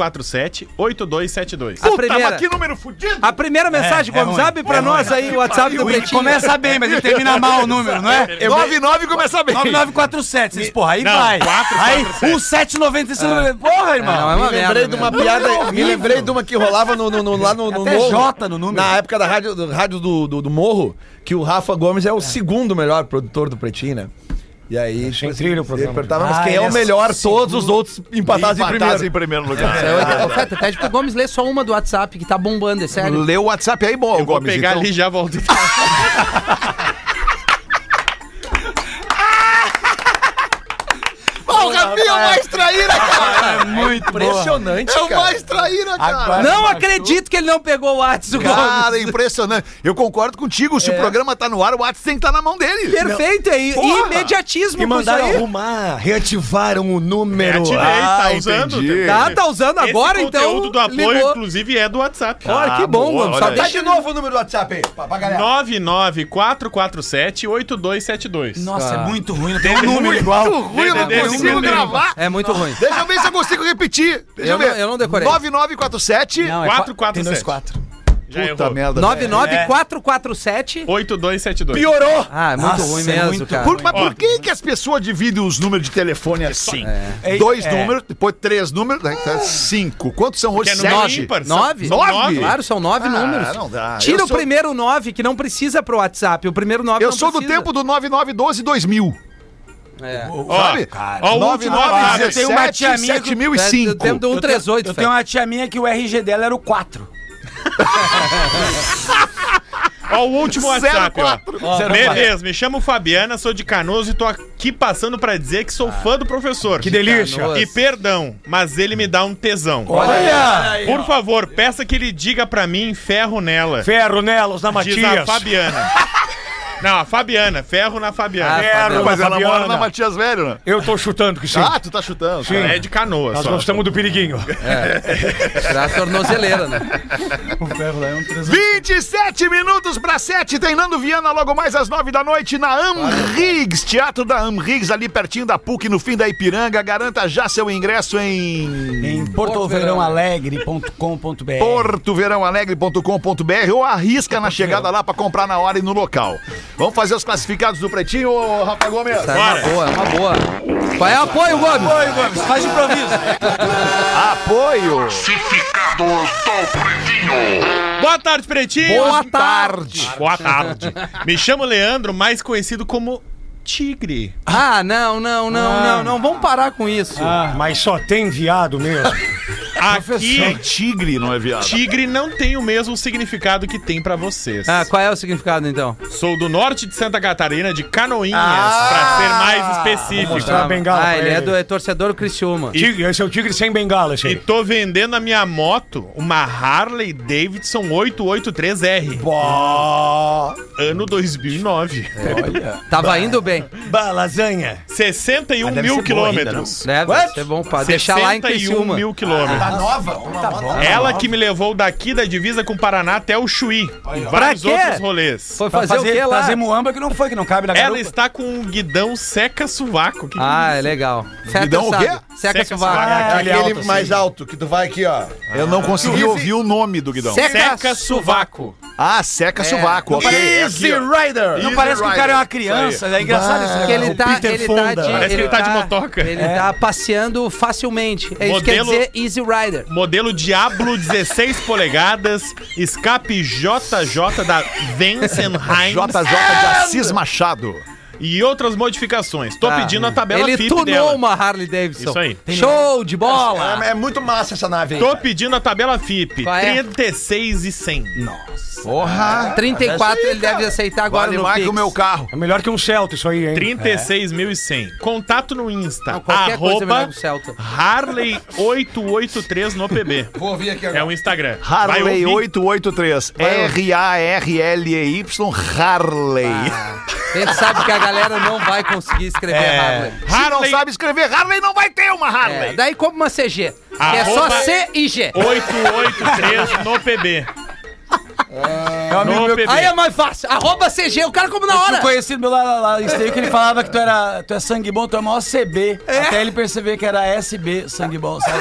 994478272. Ah, A primeira, número fudido! a primeira mensagem, É, é Gomes. ruim. abre pra nós aí o WhatsApp do Pretinho. Começa bem, mas ele termina mal o número, não é? 99 começa bem. 9947, vocês, porra, aí Não, vai. quatro, aí, quatro, sete. 1795, porra, irmão. Não, é uma Me lembrei merda. de uma mesmo. piada, me lembrei de uma que rolava no, no- no- lá no, no Até Morro. J no número. Na época da rádio, do, rádio do, do, do Morro, que o Rafa Gomes é o segundo melhor produtor do Pretinho, né? E aí, tipo assim, trilha É, o ele programa. perguntava, mas Ah, quem é ele o é melhor? Todos os outros empatados, Empatados em primeiro. em primeiro lugar. Ô, Feta, É, pede pro Gomes ler só uma do WhatsApp que tá bombando, é sério. Lê o WhatsApp aí, bom, Eu vou Gomes. pegar então. ali e já volto. O Rafinha é o mais traíra, cara! É muito boa. Impressionante, cara. é traíra, Agora- Não acredito que ele não pegou o WhatsApp do Gomes. Cara, é impressionante. Eu concordo contigo. Se o programa tá no ar, o WhatsApp tem que estar na mão dele. Perfeito, é i- Porra! imediatismo E com isso mandaram aí. arrumar, reativaram o número. Ativei, Ah, tá usando. entendi. tem- Tá, tá usando Esse agora, conteúdo então. do apoio, ligou. inclusive, é do WhatsApp. Olha, que Ah, bom, boa, Gomes. olha Só aí. Dá deixa de novo o número do WhatsApp aí, pra, pra galera. 994478272. Nossa, é muito ruim, não tem um número Muito igual. ruim, eu não DDD, consigo DDD. gravar. É muito ruim. Deixa eu ver se eu consigo repetir. Deixa Eu eu ver. não- eu não decorei. 9947. Não, é Quatro, quatro, tem dois sete. quatro. Já Puta errou. merda. 99447. É. 8272. Piorou! Ah, é muito Nossa, ruim é mesmo, muito cara. Por, mas por Ó. que, que as pessoas dividem os números de telefone assim? É. Dois É. números, depois três números, né, tá cinco. Quantos são hoje? Porque é no Sete? ímpar. São Nove? nove? Claro, são nove Ah, números. não dá. Tira Eu o sou- primeiro nove, que não precisa pro WhatsApp. O primeiro nove Eu não sou do precisa. tempo do 9912-2000. É. Ó, Sabe? ó, o Nove, último nove, ah, dezessete, eu tenho uma tia minha que- É, Do tempo 7005. Tá, do Eu tenho- 138. Eu tenho uma tia minha que o RG dela era o 4. Ó, o último Zero WhatsApp, ó. quatro. Ó, Beleza, me chamo Fabiana, sou de Canoas e tô aqui passando pra dizer que sou fã do professor. Que delícia. Canoas. E perdão, mas ele me dá um tesão. Olha! Por favor, peça que ele diga pra mim ferro nela. Ferro nelas, na Diz Matias. a Fabiana. Não, a Fabiana, ferro na Fabiana. Ah, Ferro. Fabiana, Mas ela Fabiana. mora na Matias Velho, né? Eu tô chutando que sim. Ah, tu tá chutando. Sim. Ela é de canoa Nós só. gostamos do periguinho. Será a tornozeleira, né? O ferro lá é um três 27 minutos para 7, tem Nando Viana logo mais às 9 da noite na Amrigs, Teatro da Amrigs, ali pertinho da PUC, no fim da Ipiranga. Garanta já seu ingresso em Em portoverãoalegre.com.br. portoverãoalegre.com.br ou arrisca na chegada lá para comprar na hora e no local. Vamos fazer os classificados do Pretinho, ô, Rafa Gomes? Tá, é uma boa, é uma boa. Qual é o apoio, Gomes? Faz de improviso. Apoio! Boa tarde, pretinho. Boa tarde. Boa tarde. Me chamo Leandro, mais conhecido como Tigre. Ah, não, não, não, não, não. Vamos parar com isso. Ah. Mas só tem viado mesmo. É Aqui, tigre, não é viado? Tigre não tem o mesmo significado que tem pra vocês. Ah, qual é o significado, então? Sou do norte de Santa Catarina, de Canoinhas, Ah. pra ser mais específico. mostrar. Tá, bengala ah, pra ele, é, ele. do, é torcedor Criciúma. Tigre, esse é o tigre sem bengala, esse E aí. tô vendendo a minha moto, uma Harley Davidson 883R, Bó. ano 2009. É. Tava indo bem. Bah, lasanha. 61 mil quilômetros. Deve ser Né? é bom pra deixar lá em 61 Criciúma. mil quilômetros. Nova? Tá bom. Ela que me levou daqui da divisa com o Paraná até o Chuí. E vários quê? outros rolês. Foi fazer, o quê lá? Fazer muamba que não foi, que não cabe na Ela garupa. está com um guidão seca sovaco. Que Ah, é legal. Seca Guidão o sabe. quê? Seca Seca sovaco. sovaco. É aquele, alto, assim. mais alto, que tu vai aqui, ó. Eu não consegui Tigre. ouvir o nome do Guidão. Seca sovaco. Ah, seca sovaco, ok. É aqui, ó. Rider! Easy Não parece que o cara é uma Rider. Isso criança. aí. É engraçado isso. Que ele tá, Peter ele tá Fonda. de, Parece que ele tá de motoca. Ele tá passeando facilmente. É Isso que quer Modelo- dizer Easy Rider. Modelo Diablo 16 polegadas, escape JJ da Vensenheim JJ de Assis Machado. e outras modificações. Tô Tá. pedindo a tabela Ele FIP tunou dela. uma Harley Davidson. Isso aí. Show de bola. É, é muito massa essa nave aí. Tô pedindo a tabela FIP, Qual é? 36 e 100. Porra! 34 ele deve aceitar agora Vale no mais Pix. que o meu carro. É melhor que um Celta isso aí, hein? 36.100. Contato no Insta, Não, qualquer coisa é melhor arroba que o Celta. Harley883 no PB. Vou ouvir aqui É o Instagram. Vai Harley ouvir. 883. R-A-R-L-E-Y Harley. Ele sabe que a galera não vai conseguir escrever Harley. Se não Harley sabe escrever Harley, não vai ter uma É, Harley. daí como uma CG. Que é só Arroba- C e G. 883 no PB. É um amigo No meu PB. Aí é mais fácil. Arroba CG, o cara como na Tinha hora. um conhecido meu lá, lá, lá em Esteio, que ele falava que tu era tu é sangue bom, tu é maior CB. Até ele perceber que era SB sangue bom, sabe?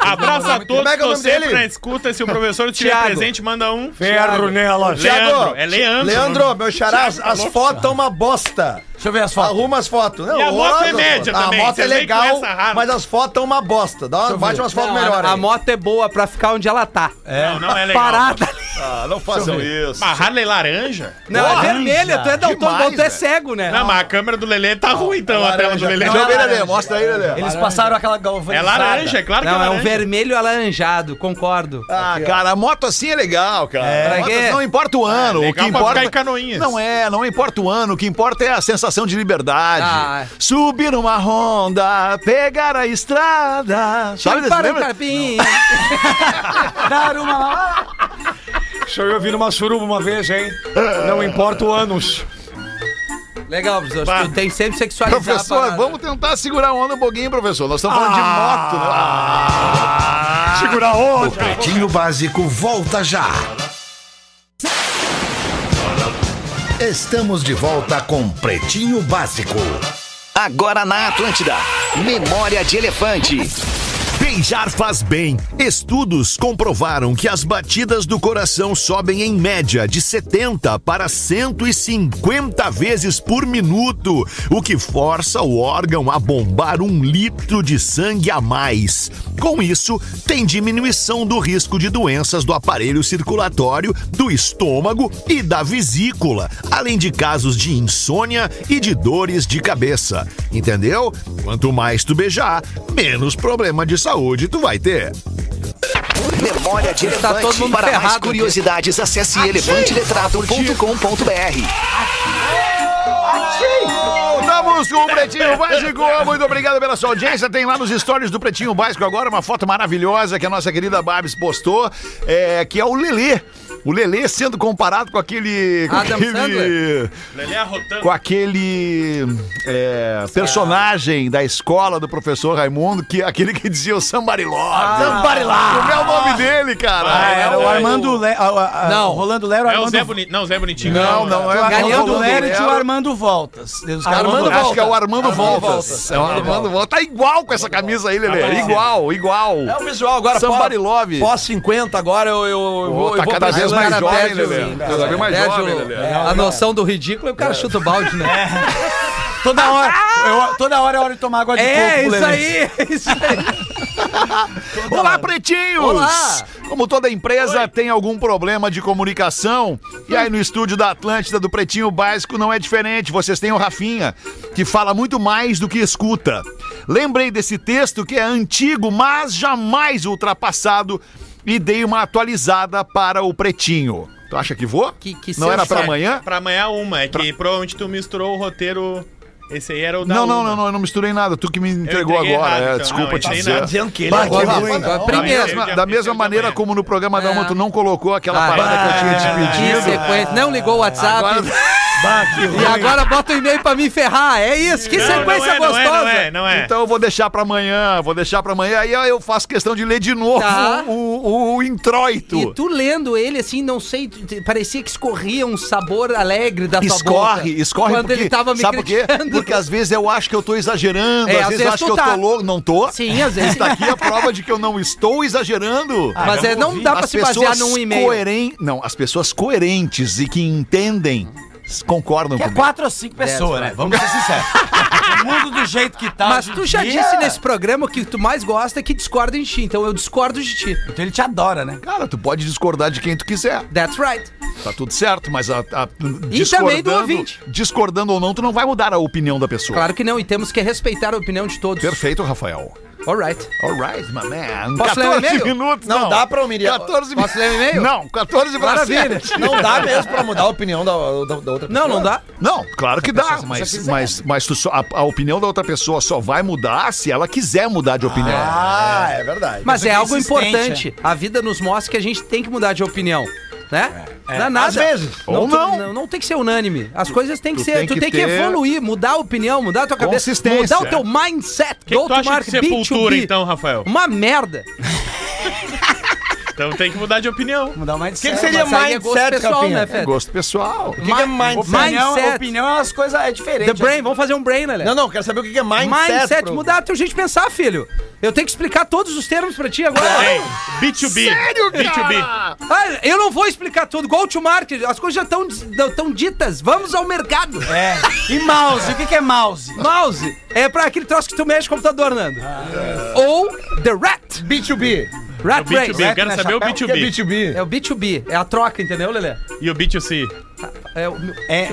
Abraço a todos, é que é tô o nome sempre dele? na escuta. Se o professor tiver Thiago. presente, manda um. Ferro nela. Leandro, é Leandro. Leandro, meu xará, as, as fotos são uma bosta. Deixa eu ver as fotos. Arruma as fotos. Não, E a moto é horrorosas, média mano. também, A moto é vocês nem legal, conhecem a Harley. mas as fotos são uma bosta. Dá uma, bate umas fotos Não, a- melhores. a, aí. moto é boa pra ficar onde ela tá. Não, não é legal. Parada. Ah, não façam isso. Uma Harley é laranja? Não, é vermelha. Tu é daltônico, Demais, tu é velho. cego, né? Não, mas a câmera do Lelê tá ruim, é então, a tela do Lelê. Deixa Não eu ver, é Lelê. laranja. Mostra aí, Lelê. Eles passaram aquela galvanizada. É laranja, é claro que Não, é é um laranja. vermelho alaranjado, concordo. Ah, cara, a moto assim é legal, cara. Pra Motos quê? não importa o ano, o que legal pra importa ficar em Canoinhas. Não é, não importa o ano, o que importa é a sensação de liberdade. Ah, é. Subir uma Honda, pegar a estrada. Sabe desse para o lembra? capim. Dar uma... Isso eu vi numa suruba uma vez, hein? Não importa o ânus. Legal, professor. Bah. Tu tem sempre sexualizado. Professor, vamos tentar segurar a onda um pouquinho, professor. Nós estamos falando de moto, né? Segura O outra. Pretinho Básico volta já. Estamos de volta com Pretinho Básico. Agora na Atlântida. Memória de elefante. Beijar faz bem. Estudos comprovaram que as batidas do coração sobem em média de 70 para 150 vezes por minuto, o que força o órgão a bombar um litro de sangue a mais. Com isso, tem diminuição do risco de doenças do aparelho circulatório, do estômago e da vesícula, além de casos de insônia e de dores de cabeça. Entendeu? Quanto mais tu beijar, menos problema de saúde tu vai ter. Memória de Tá todo elefante. mundo Para mais ferrado curiosidades, acesse elefanteletrado.com.br. Voltamos com o Pretinho Básico. Muito obrigado pela sua audiência. Tem lá nos stories do Pretinho Básico agora uma foto maravilhosa que a nossa querida Babs postou, é, que é o Lelê O Lelê sendo comparado com aquele. Com Adam aquele, Sandler? Lelê arrotando. com aquele é, personagem da escola do professor Raimundo, que aquele que dizia o Somebody Love. Somebody Love. Como é o nome dele, cara? Ah, É era o Armando Le- a- a- a- Não. o Rolando Lero, Não é o Armando- Zé Bonitinho. Não, Zé Bonitinho. Não, não, é o o Armando Rolando Lero e tinha o Lero. Armando Voltas. Os caras- é Armando Voltas. Acho que é o Armando, Voltas. É o Armando Voltas. Voltas. Tá igual com essa camisa aí, Lelê. Tá bom. igual, igual. É um o visual agora, Somebody pós, Love. Pós 50, agora eu, eu, eu vou- tá eu vou cada trazer vez os mais caras jovem, velhos, Lelê. hein, Cada cara. vez mais Perde jovem, o- Lelê. é, A noção do ridículo é o cara chuta o balde, né? Toda hora, eu- toda hora é hora de tomar água de É, coco, isso Lelê. aí, é isso aí. Olá, pretinhos! Olá! Como toda empresa tem algum problema de comunicação, e aí no estúdio da Atlântida do Pretinho Básico não é diferente. Vocês têm o Rafinha, que fala muito mais do que escuta. Lembrei desse texto que é antigo, mas jamais ultrapassado, e dei uma atualizada para o Pretinho. Tu acha que vou? não era para amanhã? Pra amanhã uma. É que provavelmente tu misturou o roteiro. Esse aí era o da Não, não, uma. não, não, eu não misturei nada. Tu que me entregou entreguei agora. errado, é, então. Não, desculpa eu te entrei dizer. na- dizendo que ele é Bah, ruim, Rafa, não. Da tá Primeiro. é mesma, da mesma maneira como no programa da uma tu não colocou aquela Ah, parada que eu tinha bah, te pedido. que sequência. Não ligou o WhatsApp. Agora- E agora bota o e-mail pra me ferrar. É isso. Que Não, sequência não é, não é, gostosa. não é, não é. Então eu vou deixar pra amanhã, vou deixar pra amanhã. Aí eu faço questão de ler de novo Tá. o, o, o introito. E tu lendo ele, assim, não sei, t- t- parecia que escorria um sabor alegre da tua boca. Escorre, escorre Quando porque, ele tava me sabe por quê? criticando. Porque às vezes eu acho que eu tô exagerando, É, às, às vezes vezes eu acho que tu eu tá. tô louco, não tô. Sim, às vezes. Isso daqui é a prova de que eu não estou exagerando. Ah, Mas é, não ouvi. dá pra As se basear pessoas num e-mail. coeren- Não, as pessoas coerentes e que entendem concordam Que é comigo. quatro ou cinco pessoas, né? Vamos ser sinceros. o mundo do jeito que tá. Mas hoje tu em já dia- disse nesse programa que tu mais gosta é que discorda em ti, então eu discordo de ti. Então ele te adora, né? Cara, tu pode discordar de quem tu quiser. That's right. Tá tudo certo, mas a, a- E também do ouvinte. discordando ou não, tu não vai mudar a opinião da pessoa. Claro que não, e temos que respeitar a opinião de todos. Perfeito, Rafael. Alright. Alright, my man. Posso ler o 14 e-mail? minutos. Não, dá pra humilhar. 14 Posso ler o e-mail? Não, 14 para Maravilha. sete. Não dá mesmo pra mudar a opinião da, da- da outra pessoa. Não, não dá. Não, claro que dá, pessoa mas, quiser. mas, mas tu só- a, a opinião da outra pessoa só vai mudar se ela quiser mudar de opinião. Ah, é verdade. Mas é que é algo insistente, importante. A vida nos mostra que a gente tem que mudar de opinião. Né? Não é nada. Às vezes. Não, Ou tu- não. não. não tem que ser unânime. As coisas têm que Tu ser. tem tu que tem que ter evoluir, mudar a opinião, mudar a tua cabeça. Consistência. Mudar o teu mindset. que tu acha de Sepultura, então, Rafael? Uma merda. Então tem que mudar de opinião. Mudar o O que, mindset. que seria Mas aí é mindset, gosto pessoal, Rafinha? né, Fede? Gosto pessoal. O que, que é mindset? Opinião, mindset? opinião é umas coisas é diferente. The brain, vamos fazer um brain, né, Lé? Não, não, quero saber o que, que é mindset. Mindset, pro- mudar o teu jeito de pensar, filho. Eu tenho que explicar todos os termos pra ti agora. Tem. B2B. Sério, B2B. Ah, eu não vou explicar tudo. Go to market, as coisas já estão tão ditas. Vamos ao mercado. É. E mouse, o que, que é mouse? Mouse é pra aquele troço que tu mexe no computador, Nando. Ou The Rat. B2B. Rat O B2B, eu Race. quero saber o O que é B2B. B2B? É o B2B, é a troca, entendeu, Lelê? E o B2C. É o... É,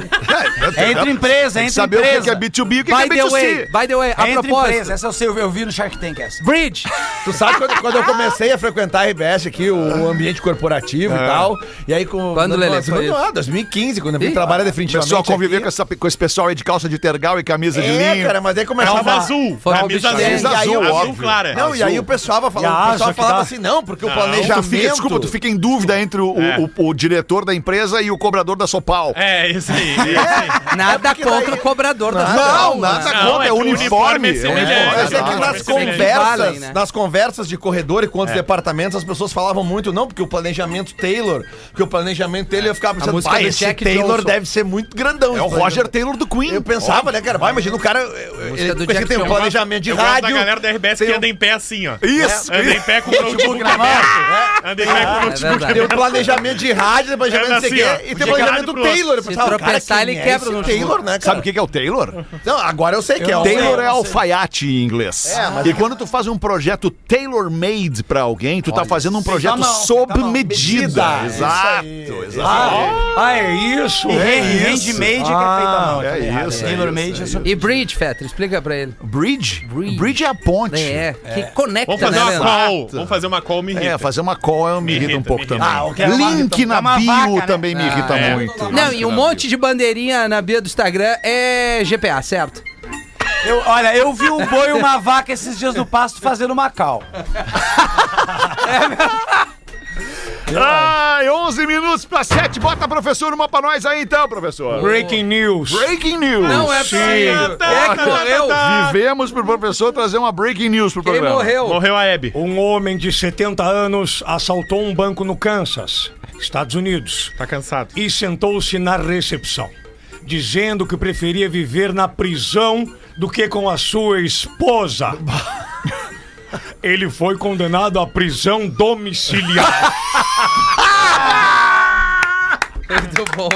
é entre empresa, é entre Saber o que empresa. é B2B e o que By é the way, B2C. by the way, a é entre empresa, propósito. essa eu sei, eu eu vi no Shark Tank essa. Bridge. Tu sabe quando, quando eu comecei a frequentar a RBS aqui, o ambiente corporativo e tal. E aí com. Quando, não, Lelê, assim, foi não, 2015, quando eu vim Ih. trabalhar definitivamente. Começou a conviver aqui. com, essa, com esse pessoal aí de calça de tergal e camisa de É, linho. cara, mas aí começava. Calça azul. É, Camisa Foi um azul. bicho Camisa desse. azul, E aí, azul óbvio. clara. Não, e aí o pessoal vai E a falar, o pessoal asa que falava dá- assim, não, porque o Não, planejamento. Tu fica, desculpa, tu fica em dúvida entre o, o- É. o- o diretor da empresa e o cobrador da Sopal. É, isso aí. É, Isso aí. Nada porque contra daí- o cobrador da Não, Sopal, nada né? Não, contra, é, é que o uniforme. uniforme é semelhante. Mas é que nas Claro, mas eles conversas, valem, né? nas conversas de corredor e com outros departamentos, as pessoas falavam muito, não, porque o planejamento Taylor, porque o planejamento Taylor eu ficava pensando, música pai, do esse Jack Taylor Johnson." deve ser muito grandão. É o esse planejamento." Roger Taylor do Queen. Eu pensava, né, cara, vai, imagina o cara, música ele, do porque Jack tem um Johnson. planejamento de eu gosto da rádio. galera da RBS que tem um- anda em pé assim, ó. Isso. Anda em pé com o notebook aberto. Anda em pé com o É notebook verdade. Tem um planejamento de rádio, tem planejamento Era não sei o quê, assim, ó, e de tem planejamento lado pro Taylor. Eu Se pensava, cara, tropeçar, quem ele é quebra esse no Taylor, né, cara? Sabe o que que é o Taylor? Não, agora eu sei que é o Taylor é alfaiate em inglês. É, mas- e quando tu faz um projeto tailor-made pra alguém, tu tá fazendo um projeto tá na- sob tá na- medida. medida, Exato, isso aí, exato. Ah, é isso? É isso. Handmade é que é feito Ah, à Ah, mão. é tá ligado? isso, é Tailor isso, made é só- E Bridge, Fetter, explica pra ele. Bridge? Bridge. Bridge é a ponte. É, que conecta, Vamos fazer né, uma Leandro? call. Vamos fazer uma call, me irrita. É, fazer uma call eu me, Me irrita, um irrita, pouco me também. irrita. Ah, ok, é uma- Link na é uma bio vaca, né? também me irrita é. muito. Não, e um monte de bandeirinha na bio do Instagram é GPA, certo? Eu- olha, eu vi um boi e uma vaca esses dias no pasto fazendo uma cal. Ai, 11 minutos pra 7. Bota, professor, uma pra nós aí então, professor. Breaking news. Breaking news. Não é possível. Quem é que morreu? Vivemos pro professor trazer uma breaking news pro Quem programa. morreu? Morreu a Hebe. Um homem de 70 anos assaltou um banco no Kansas, Estados Unidos, Tá cansado. e sentou-se na recepção, dizendo que preferia viver na prisão do que com a sua esposa. Ele foi condenado à prisão domiciliar. Muito bom.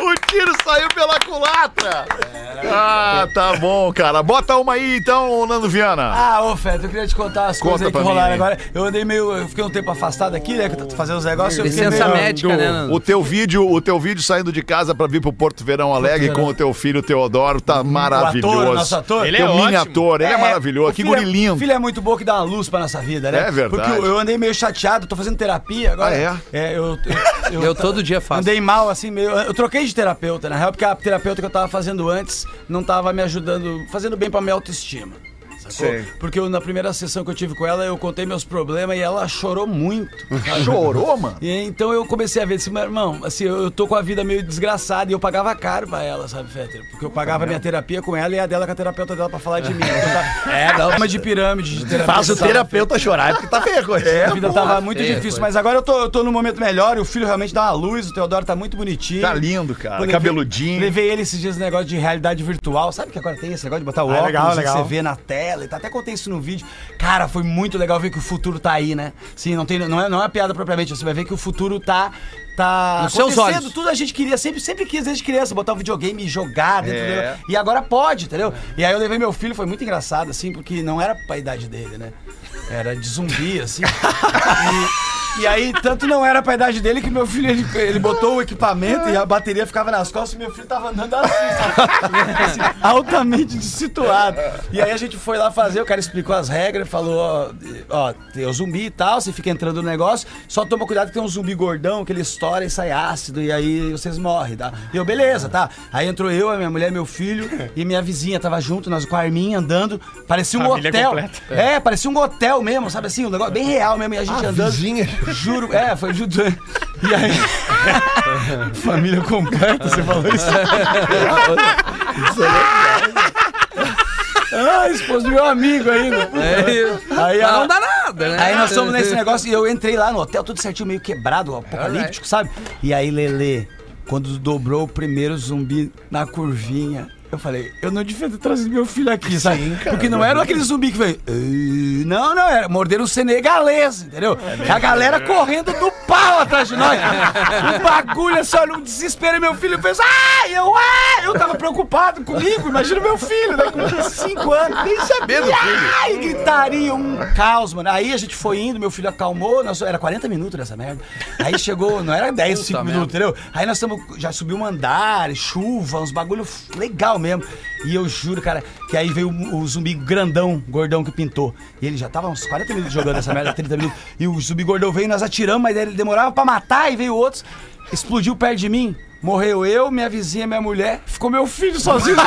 O tiro saiu pela culatra. Ah, tá bom, cara. Bota uma aí então, Nando Viana. Ah, ô Feto, eu queria te contar as Conta coisas aí que pra mim rolaram aí. agora. Eu andei meio. Eu fiquei um tempo afastado aqui, né? Que eu tô fazendo os negócios. eu fiquei Licença meio- médica, né, Nando? O teu vídeo, o teu vídeo saindo de casa pra vir pro Porto Verão Alegre com o teu filho Teodoro tá maravilhoso. nosso ator. Ele é teu mini ótimo. ator, ele é, o maravilhoso. Que filho guri é- O lindo. filho é muito bom que dá uma luz pra nossa vida, né? É verdade. Porque eu, eu andei meio chateado, tô fazendo terapia agora. É, Ah, eu, eu, Eu todo dia faço. Andei mal, assim, meio. Eu troquei de terapeuta, na real, porque a terapeuta que eu tava fazendo antes não tava me ajudando, fazendo bem pra minha autoestima. Sacou? Porque eu, na primeira sessão que eu tive com ela, eu contei meus problemas e ela chorou muito. Chorou, mano? E aí, então eu comecei a ver, disse, meu irmão, assim, eu, eu tô com a vida meio desgraçada e eu pagava caro pra ela, sabe, Fetter? Porque eu pagava minha terapia com ela e a dela com a terapeuta dela pra falar de mim. Então, tá- é, dá uma de pirâmide de terapia. Faz o sabe, terapeuta chorar, é porque tá feia a coisa. Fetter? a vida tava muito feia, difícil, coisa. mas agora eu tô, eu tô num momento melhor, e o filho realmente dá uma luz, o Teodoro tá muito bonitinho. Tá lindo, cara. Eu levei- Cabeludinho. Levei ele esses dias no negócio de realidade virtual. Sabe que agora tem esse negócio de botar o Ah, óculos legal, e legal. você vê na tela. E tá. Até contei isso no vídeo. Cara, foi muito legal ver que o futuro tá aí, né? Sim, não, tem, não, é, não é uma piada propriamente. Você vai ver que o futuro tá. Tá Nos seus acontecendo. olhos. Tudo a gente queria, sempre, sempre quis desde criança, botar um videogame e jogar dentro É. do negócio. E agora pode, entendeu? E aí eu levei meu filho, foi muito engraçado, assim, porque não era pra idade dele, né? Era de zumbi, assim. e, e aí, tanto não era pra idade dele que meu filho, ele, ele botou o equipamento e a bateria ficava nas costas e meu filho tava andando assim, sabe? Assim, altamente desituado. E aí a gente foi lá fazer, o cara explicou as regras, falou, ó, ó, tem o zumbi e tal, você fica entrando no negócio, só toma cuidado que tem um zumbi gordão que ele estoura e sai ácido e aí vocês morrem, tá? E eu, beleza, tá? Aí entrou eu, a minha mulher, meu filho e minha vizinha, tava junto, nós com a Arminha andando, parecia um Família hotel. completa. É, parecia um hotel mesmo, sabe assim, um negócio bem real mesmo, e a gente andando. Vizinha. Juro, é, foi junto. E aí. Família completa, você falou isso? ah, esposa do meu amigo ainda. É, Aí, Ah, mas a- não dá nada, né? Aí nós fomos nesse negócio e eu entrei lá no hotel, tudo certinho, meio quebrado, apocalíptico, sabe? E aí, Lele, quando dobrou o primeiro zumbi na curvinha. Eu falei, eu não devia ter trazido meu filho aqui, sabe? Porque não era aquele zumbi que veio. "Ei", Não, não, era morder o senegalês, entendeu? a galera correndo do pau atrás de nós. Um bagulho assim, olha, um desespero. E meu filho fez, ah, eu, ah, eu tava preocupado comigo, imagina meu filho, né? Com 5 anos, nem sabia do filho. Ai, gritaria, um caos, mano. Aí a gente foi indo, meu filho acalmou, nós, era 40 minutos nessa merda. Aí chegou, não era 10, Puta 5 merda. minutos, entendeu? Aí nós estamos, já subiu um andar, chuva, uns bagulho f- legal mesmo. E eu juro, cara, que aí veio o, o zumbi grandão, gordão que pintou. E ele já tava uns 40 minutos jogando essa merda, 30 minutos. E o zumbi gordão veio, nós atiramos, mas ele demorava pra matar, e veio outros. Explodiu perto de mim. Morreu eu, minha vizinha, minha mulher. Ficou meu filho sozinho no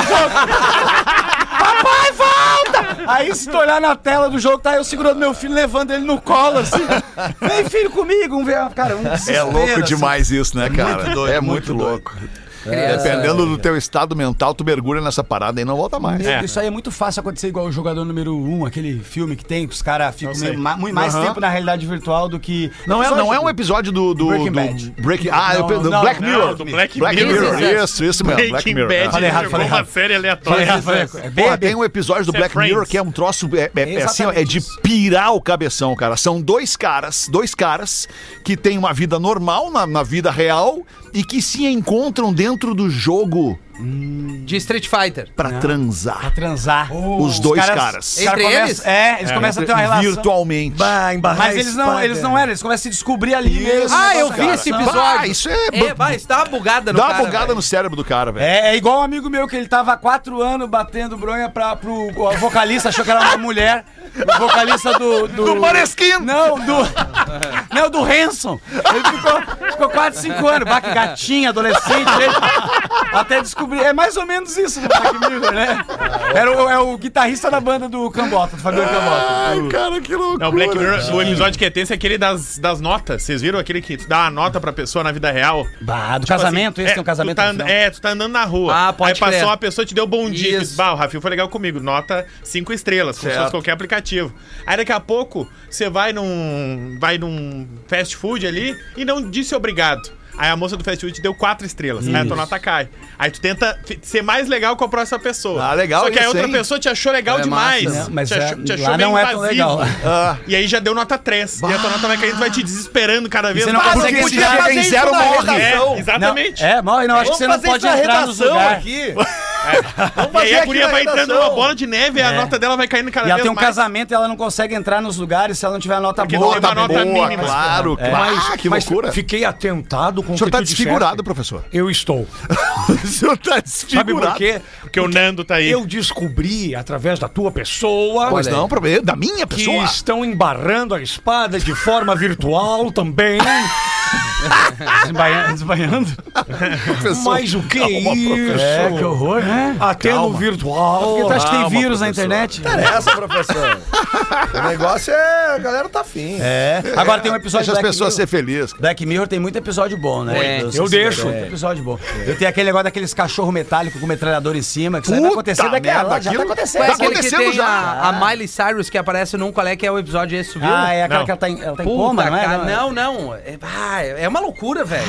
Papai, volta! Aí, se tu olhar na tela do jogo, tá eu segurando meu filho, levando ele no colo, assim. Vem, filho, comigo! Um, ver- cara, um É desespero, louco assim. demais isso, né, cara? é muito, louco. Dependendo do teu estado mental, tu mergulha nessa parada e não volta mais. Meu, Isso aí é muito fácil acontecer igual o jogador número 1, um, aquele filme que tem, que os caras ficam sei. meio ma- muito mais Aham. tempo na realidade virtual do que. Não é, Só não é um jogo. episódio do. do do- Breaking Bad. Breaking- ah, eu Não, pe- do não, Black não, Mirror. do Black Black Mirror. Mirror. Isso, Isso, isso mesmo. Black Breaking Mirror. Bad Falei errado, jogou falei uma errado. série Falei aleatória. errado, falei errado. É Porra, bem- tem um episódio do Isso é Black Friends. Mirror que é um troço. É, é- é assim, ó, é Exatamente de isso. pirar o cabeção, cara. São dois caras, dois caras que têm uma vida normal na, na vida real e que se encontram dentro do jogo De Street Fighter. pra Ah. transar. transar. Os dois caras. os caras Entre começam- eles? É, eles começam a ter uma relação. Virtualmente. Mas eles não, eles não eram, eles começam a se descobrir ali mesmo. Ah, eu Cara. vi esse Bah, episódio. isso é. É, vai, isso dá uma bugada no dá uma cara, bugada velho. no cérebro do cara, velho. É, é igual um amigo meu que ele tava há quatro anos batendo bronha pra, pro o vocalista, achou que era uma mulher. O vocalista do. Do, Maneskin! Não, do. Não, do Hanson. Ele ficou, ficou quatro, cinco anos. Baque gatinha, adolescente. Ele, né? Até descobrir. É mais ou menos isso do Black Mirror, né? Era o, é o guitarrista da banda do Cambota, do Fabiano Cambota. Ai, cara, que loucura. Não, o Black Mirror, o episódio que é tenso é aquele das, das notas. Vocês viram aquele que dá a nota pra pessoa na vida real? Bah, do casamento, esse tem um casamento Tu tá no and- final. é, tu tá andando na rua. Ah, pode Aí passou crer. uma pessoa te deu bom dia. Isso. Diz, bah, o Rafinho foi legal comigo. Nota cinco estrelas, como se fosse Certo. qualquer aplicativo. Aí daqui a pouco, você vai num. vai num fast food ali e não disse obrigado. Aí a moça do fast food te deu quatro estrelas. Aí a Isso. tua nota cai. Aí tu tenta fi- ser mais legal com a próxima pessoa. Ah, legal Só que aí isso, outra hein? pessoa te achou legal É demais. massa, né? Mas te é- achou, te achou lá bem não é tão invasivo. legal. E aí já deu nota 3. E a tua nota vai caindo, vai te desesperando cada vez Você não consegue Porque tirar chega isso da redação. É, exatamente. Não, é, mal, não, acho que você não pode entrar nos lugar. aqui. E aí fazer a aqui guria na vai entrando redação. numa bola de neve e a É. nota dela vai caindo cada e ela vez tem um mais. casamento e ela não consegue entrar nos lugares se ela não tiver nota Porque boa. não tem uma boa, nota mínima. claro, É. claro. Mas- Ah, que mas loucura. Fiquei atentado com o, O senhor que tá tu disseste. desfigurado, professor. Eu estou. o senhor tá desfigurado. Sabe por quê? Porque o Nando tá aí. Eu descobri, através da tua pessoa... Pois Olha não, aí. problema- da minha pessoa. Que estão embarrando a espada de forma virtual também. Desbanhando. desbanhando. Mas o que é Calma, isso? professor. É, que horror, né? Até no Calma. Ah, um virtual. Porque tu acha que tem Calma, vírus na professor. internet? Interessa, professor. o negócio é. A galera tá afim. É. Agora tem um episódio Deixa as pessoas ser felizes. Black Mirror tem muito episódio bom, né? É, Deus, eu assim, deixo. Muito episódio bom. Eu tenho aquele negócio daqueles cachorro metálico com metralhador em cima, que isso aí vai acontecer daqui a merda, lá. Já tá aquilo- acontecendo. É aquele que tem A, a Miley Cyrus que aparece num qual é que é o episódio esse, viu? Ah, é aquela que ela tá em- ela tá em coma, não é? cara, Não, é? Ah, Não, não. É, ah, é uma loucura, velho.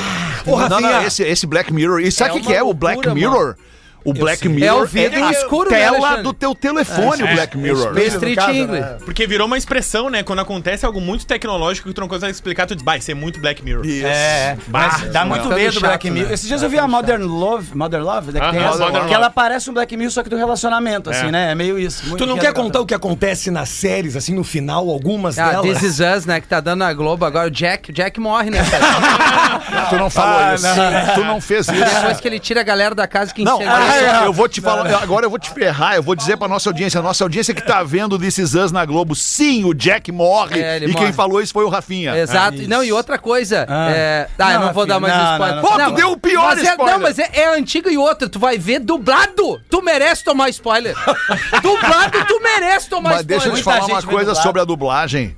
Ô, Rafinha, esse, esse Black Mirror. E sabe o É que, que é uma o Black loucura, Mirror? mano. O Black sei. Mirror É o vidro a escuro, né, tela Alexandre? É, do teu telefone, o Black Mirror. é Wall Street English. Porque virou uma expressão, né? Quando acontece algo muito tecnológico que tu não consegue explicar, tu diz, vai, isso é muito Black Mirror. É, Bah, mas dá muito medo o Black Mirror. Esses dias eu vi a Modern Love, Modern Love, né, que, Ah, tem Modern essa- Love. que ela parece um Black Mirror, só que do relacionamento, assim, É. né? É meio isso. Muito Tu não quer engraçado. contar o que acontece nas séries, assim, no final, algumas Ah, delas? This Is Us, né? Que tá dando na Globo agora. O Jack, o Jack morre, né? cara? Tu não falou Ah, isso. não. Tu não fez isso. Depois que ele tira a galera da casa que Não, enxerga. ah, é, olha só, eu vou te falar, agora eu vou te ferrar, eu vou dizer pra nossa audiência, a nossa audiência que tá vendo This Is Us na Globo, sim, o Jack morre, É, ele e morre. É, quem falou isso foi o Rafinha. Exato. não, e outra coisa. Ah. é- Ah, eu não Não, vou dar filho, mais não, spoiler. não, não. Pô, tu deu o pior mas é- spoiler. Não, mas é, é antiga e outra. Tu vai ver dublado. Tu merece tomar spoiler. dublado, tu merece tomar Mas spoiler. deixa eu te falar uma coisa sobre a dublagem.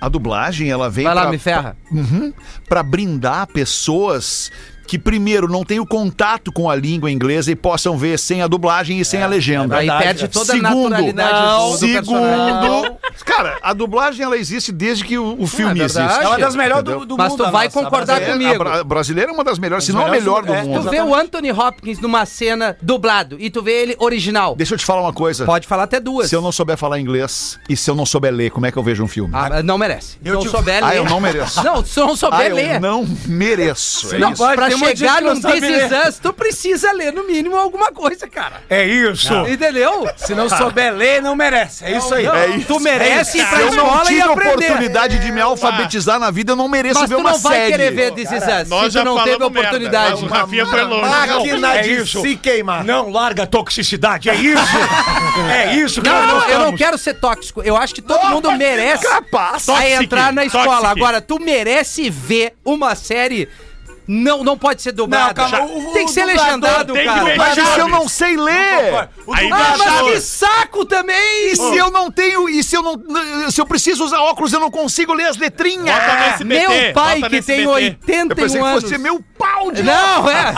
A dublagem, ela vem Vai lá, pra, me ferra. pra- Uhum, pra brindar pessoas que primeiro não têm o contato com a língua inglesa e possam ver sem a dublagem e sem a legenda. Aí perde toda a Segundo, naturalidade não, do- do personagem. segundo, cara, a dublagem ela existe desde que o, o filme é verdade. existe. É uma das melhores do- Entendeu? É, do Mas mundo, tá tu a vai nossa, a concordar brasileira. A, bra- a brasileira é uma das melhores, se não a melhor do mundo. É, Tu vê o Anthony Hopkins numa cena dublado e tu vê ele original. Deixa eu te falar uma coisa. Pode falar até duas. Se eu não souber falar inglês e se eu não souber ler, como é que eu vejo um filme? Ah, mas não merece. Se Eu não te- souber Ah, ler. eu não mereço. Não, se não Ah, souber eu ler. não mereço. é Não, isso. pra tem um monte de gente chegar que não num sabe This Is ler. Us, tu precisa ler no mínimo alguma coisa, cara. Ah. É isso. Entendeu? Se não souber ler, não merece. É isso aí. É Não, isso. Tu merece ir Se pra eu não escola tive e a aprender. oportunidade de me alfabetizar na vida, eu não mereço Ah. Mas ver tu uma não vai série. querer ver This Is Us, se tu não teve oportunidade. mas o Rafinha foi longe. é Máquina de se queimar. Não larga a toxicidade, é isso. é isso que Não, nós não, eu não gostamos. quero ser tóxico. Eu acho que todo mundo merece capaz. a Tóxico, entrar na escola. tóxico. Agora, tu merece ver uma série. Não, não pode ser dublada. Não, calma, o- tem que ser o dublador legendado, tem que cara. mexer. Mas e se eu não Chaves. sei é. ler? O Aí Ah, mas Chaves. que saco também! E se eu não tenho. E se eu não. Se eu preciso usar óculos, eu não consigo ler as letrinhas. Bota no SBT, Meu pai, bota no que tem SBT. 81 Eu pensei que anos. fosse meu pau de Não, é.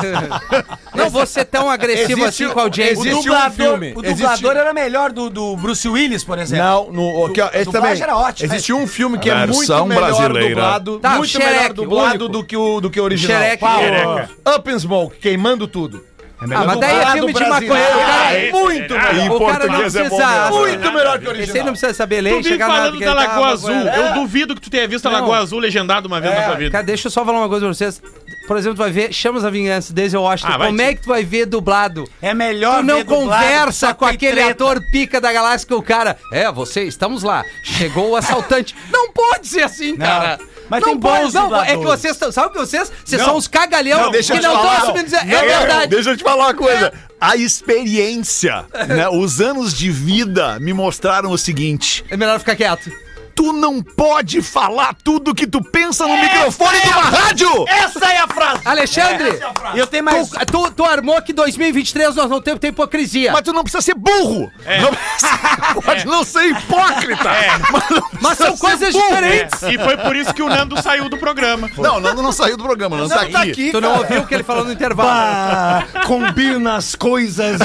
Não vou ser tão agressivo assim com a audiência. O um um dublador, o dublador era melhor do, do Bruce Willis, por exemplo. Não, no, aqui, ó, Du- esse também. dublagem era ótimo. Existe um filme que A é muito versão melhor brasileira. dublado, Tá, o muito Xereque, melhor dublado único. do que o do que o original. Xereque. Qual? Xereque. Up and Smoke, queimando tudo. Ah, Ah, mas daí é filme de maconheiro. O cara é muito melhor. O cara não português é bom precisa. mesmo. Muito melhor que o Esse aí original. não precisa saber ler Tu e vive chegar na hora falando tá do da Lagoa Azul. é, Eu duvido que tu tenha visto a Não. É, Lagoa Azul legendada uma vez na tua vida. Cara, deixa eu só falar uma coisa pra vocês. Por exemplo, tu vai ver Chamas a Vingança, Daisy Washington. Ah, vai Como sim. é que tu vai ver dublado? É melhor Tu não ver dublado, conversa só com tem aquele treta. ator pica da galáxia que o cara. É, você, estamos lá. Chegou o assaltante. não pode ser assim, Não. cara. Mas não tem bons É que dubladores. vocês estão. Sabe o que vocês? Vocês Não. são os cagalhão Não, deixa que eu te não estão falar. assumindo. Não, é verdade. Deixa eu te falar uma coisa. A experiência, né, os anos de vida me mostraram o seguinte. É melhor ficar quieto. Tu não pode falar tudo que tu pensa no microfone de uma rádio! Essa é a frase! Alexandre! Essa é a frase. Eu tenho mais. Tu, tu, tu armou que 2023 nós não temos ter hipocrisia. Mas tu não precisa ser burro! Não precisa- pode não ser hipócrita! Mas, não Mas precisa são ser coisas burro. diferentes. E foi por isso que o Nando saiu do programa. Não, o Nando não saiu do programa, o Nando Não, tá tá aqui. aqui. Tu não ouviu o que ele falou no intervalo. Bah, combina as coisas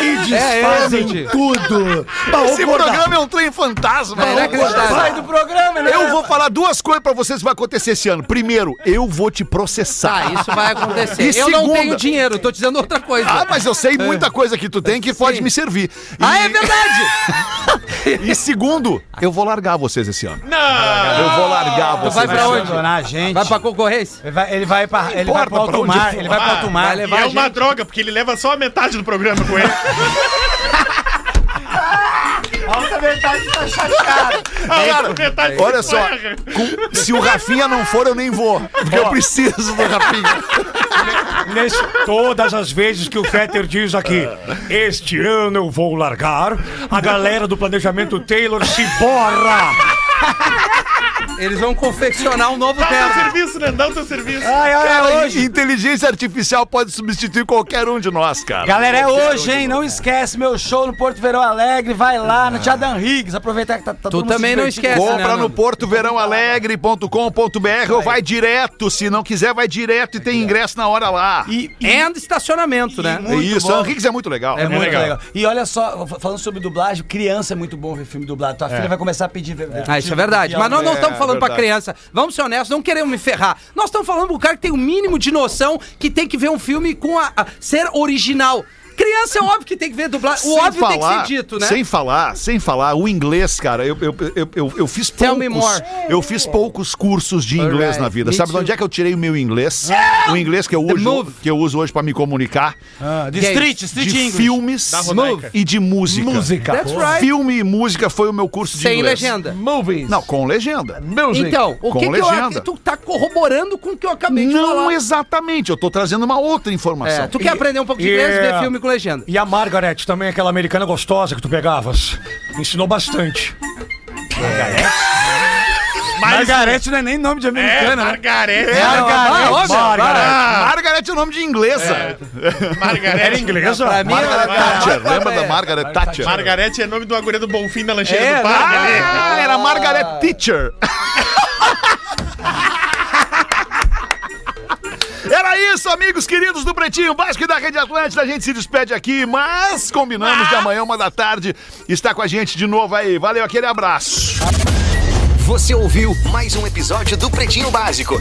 e É, é, desfazem gente. tudo. Bah, ô, Esse Porra, programa é um trem fantasma. É inacreditável. Sai do programa, né? Eu vou falar duas coisas pra vocês que vai acontecer esse ano. Primeiro, eu vou te processar. Tá, isso vai acontecer. E eu não segunda? tenho dinheiro, tô te dizendo outra coisa. Ah, mas eu sei muita coisa que tu tem que pode me servir. E, É. Ah, é verdade! e segundo, eu vou largar vocês esse ano. Não! Eu vou largar Tu vocês. vai pra onde? Abandonar a gente. Vai pra concorrência? Ele vai, ele vai pra. Ele vai importa pro pra alto onde mar. for. Ele vai pro alto mar. Vai E levar é a gente. uma droga, porque ele leva só a metade do programa com ele. A outra metade tá chateada. A outra metade Olha se só, ferra. com- se o Rafinha não for, eu nem vou. Porque eu preciso do Rafinha. Nesse- todas as vezes que o Fetter diz aqui, este ano eu vou largar, a galera do planejamento Taylor se borra. Eles vão confeccionar um novo Dá o teu terno. serviço, né? Dá o teu serviço. Ai, É, ai, Cara, hoje. inteligência artificial pode substituir qualquer um de nós, cara. Galera, é hoje, hein? Não esquece meu show no Porto Verão Alegre. Vai lá no Tchadan Higgs. Aproveitar que tá, tá Tu também não esquece, né? Compra no Nando? portoverãoalegre.com.br ou vai direto. Se não quiser, vai direto e tem ingresso na hora lá. E, e And estacionamento, né? muito Isso, bom. San Riggs é muito legal. É muito legal. legal. E olha só, f- falando sobre dublagem, criança é muito bom ver filme dublado. Tua filha vai começar a pedir. ver- Ah, isso é verdade. Mas nós não estamos falando pra criança. Vamos ser honestos, não queremos me ferrar. Nós estamos falando pro cara que tem o mínimo de noção que tem que ver um filme com a, a- ser original. Criança é óbvio que tem que ver dublado. O óbvio tem que ser dito, né? Sem falar, sem falar, o inglês, cara, eu, eu, eu, eu, eu fiz Tell poucos. me more. Eu fiz poucos cursos de inglês Alright, na vida. me Sabe de too. Ah! onde é que eu tirei o meu inglês? O inglês que eu The uso, move. que eu uso hoje pra me comunicar. Ah, de Que é street, isso? street de English. filmes Da Rodaica. e de música. Música. That's right. Filme e música foi o meu curso de Sem inglês. legenda. Movies. Não, com legenda. Então, o Com que, que eu legenda. acho tu tá corroborando com o que eu acabei de falar? Não é exatamente, eu tô trazendo uma outra informação. É, tu quer aprender um pouco de inglês, Yeah. ver filme com legenda. E a Margaret, também aquela americana gostosa que tu pegavas. Ensinou bastante. Mas- Margarete não é nem nome de É, americana, né? Margarete. É. Ah, óbvio, claro. Ah! Margaret é o nome de inglesa. Margarete. Era inglesa? Pra mim, Margaret ela- Thatcher, Ah, lembra é. da Margaret Thatcher? Margarete é nome do agulha do Bonfim da lancheira É, do parque né? ali. Ah, era Margaret Teacher. Era isso, amigos queridos do Pretinho Básico e da Rede Atlântica. A gente se despede aqui, mas combinamos de amanhã, uma da tarde, está com a gente de novo aí. Valeu, aquele abraço. Você ouviu mais um episódio do Pretinho Básico.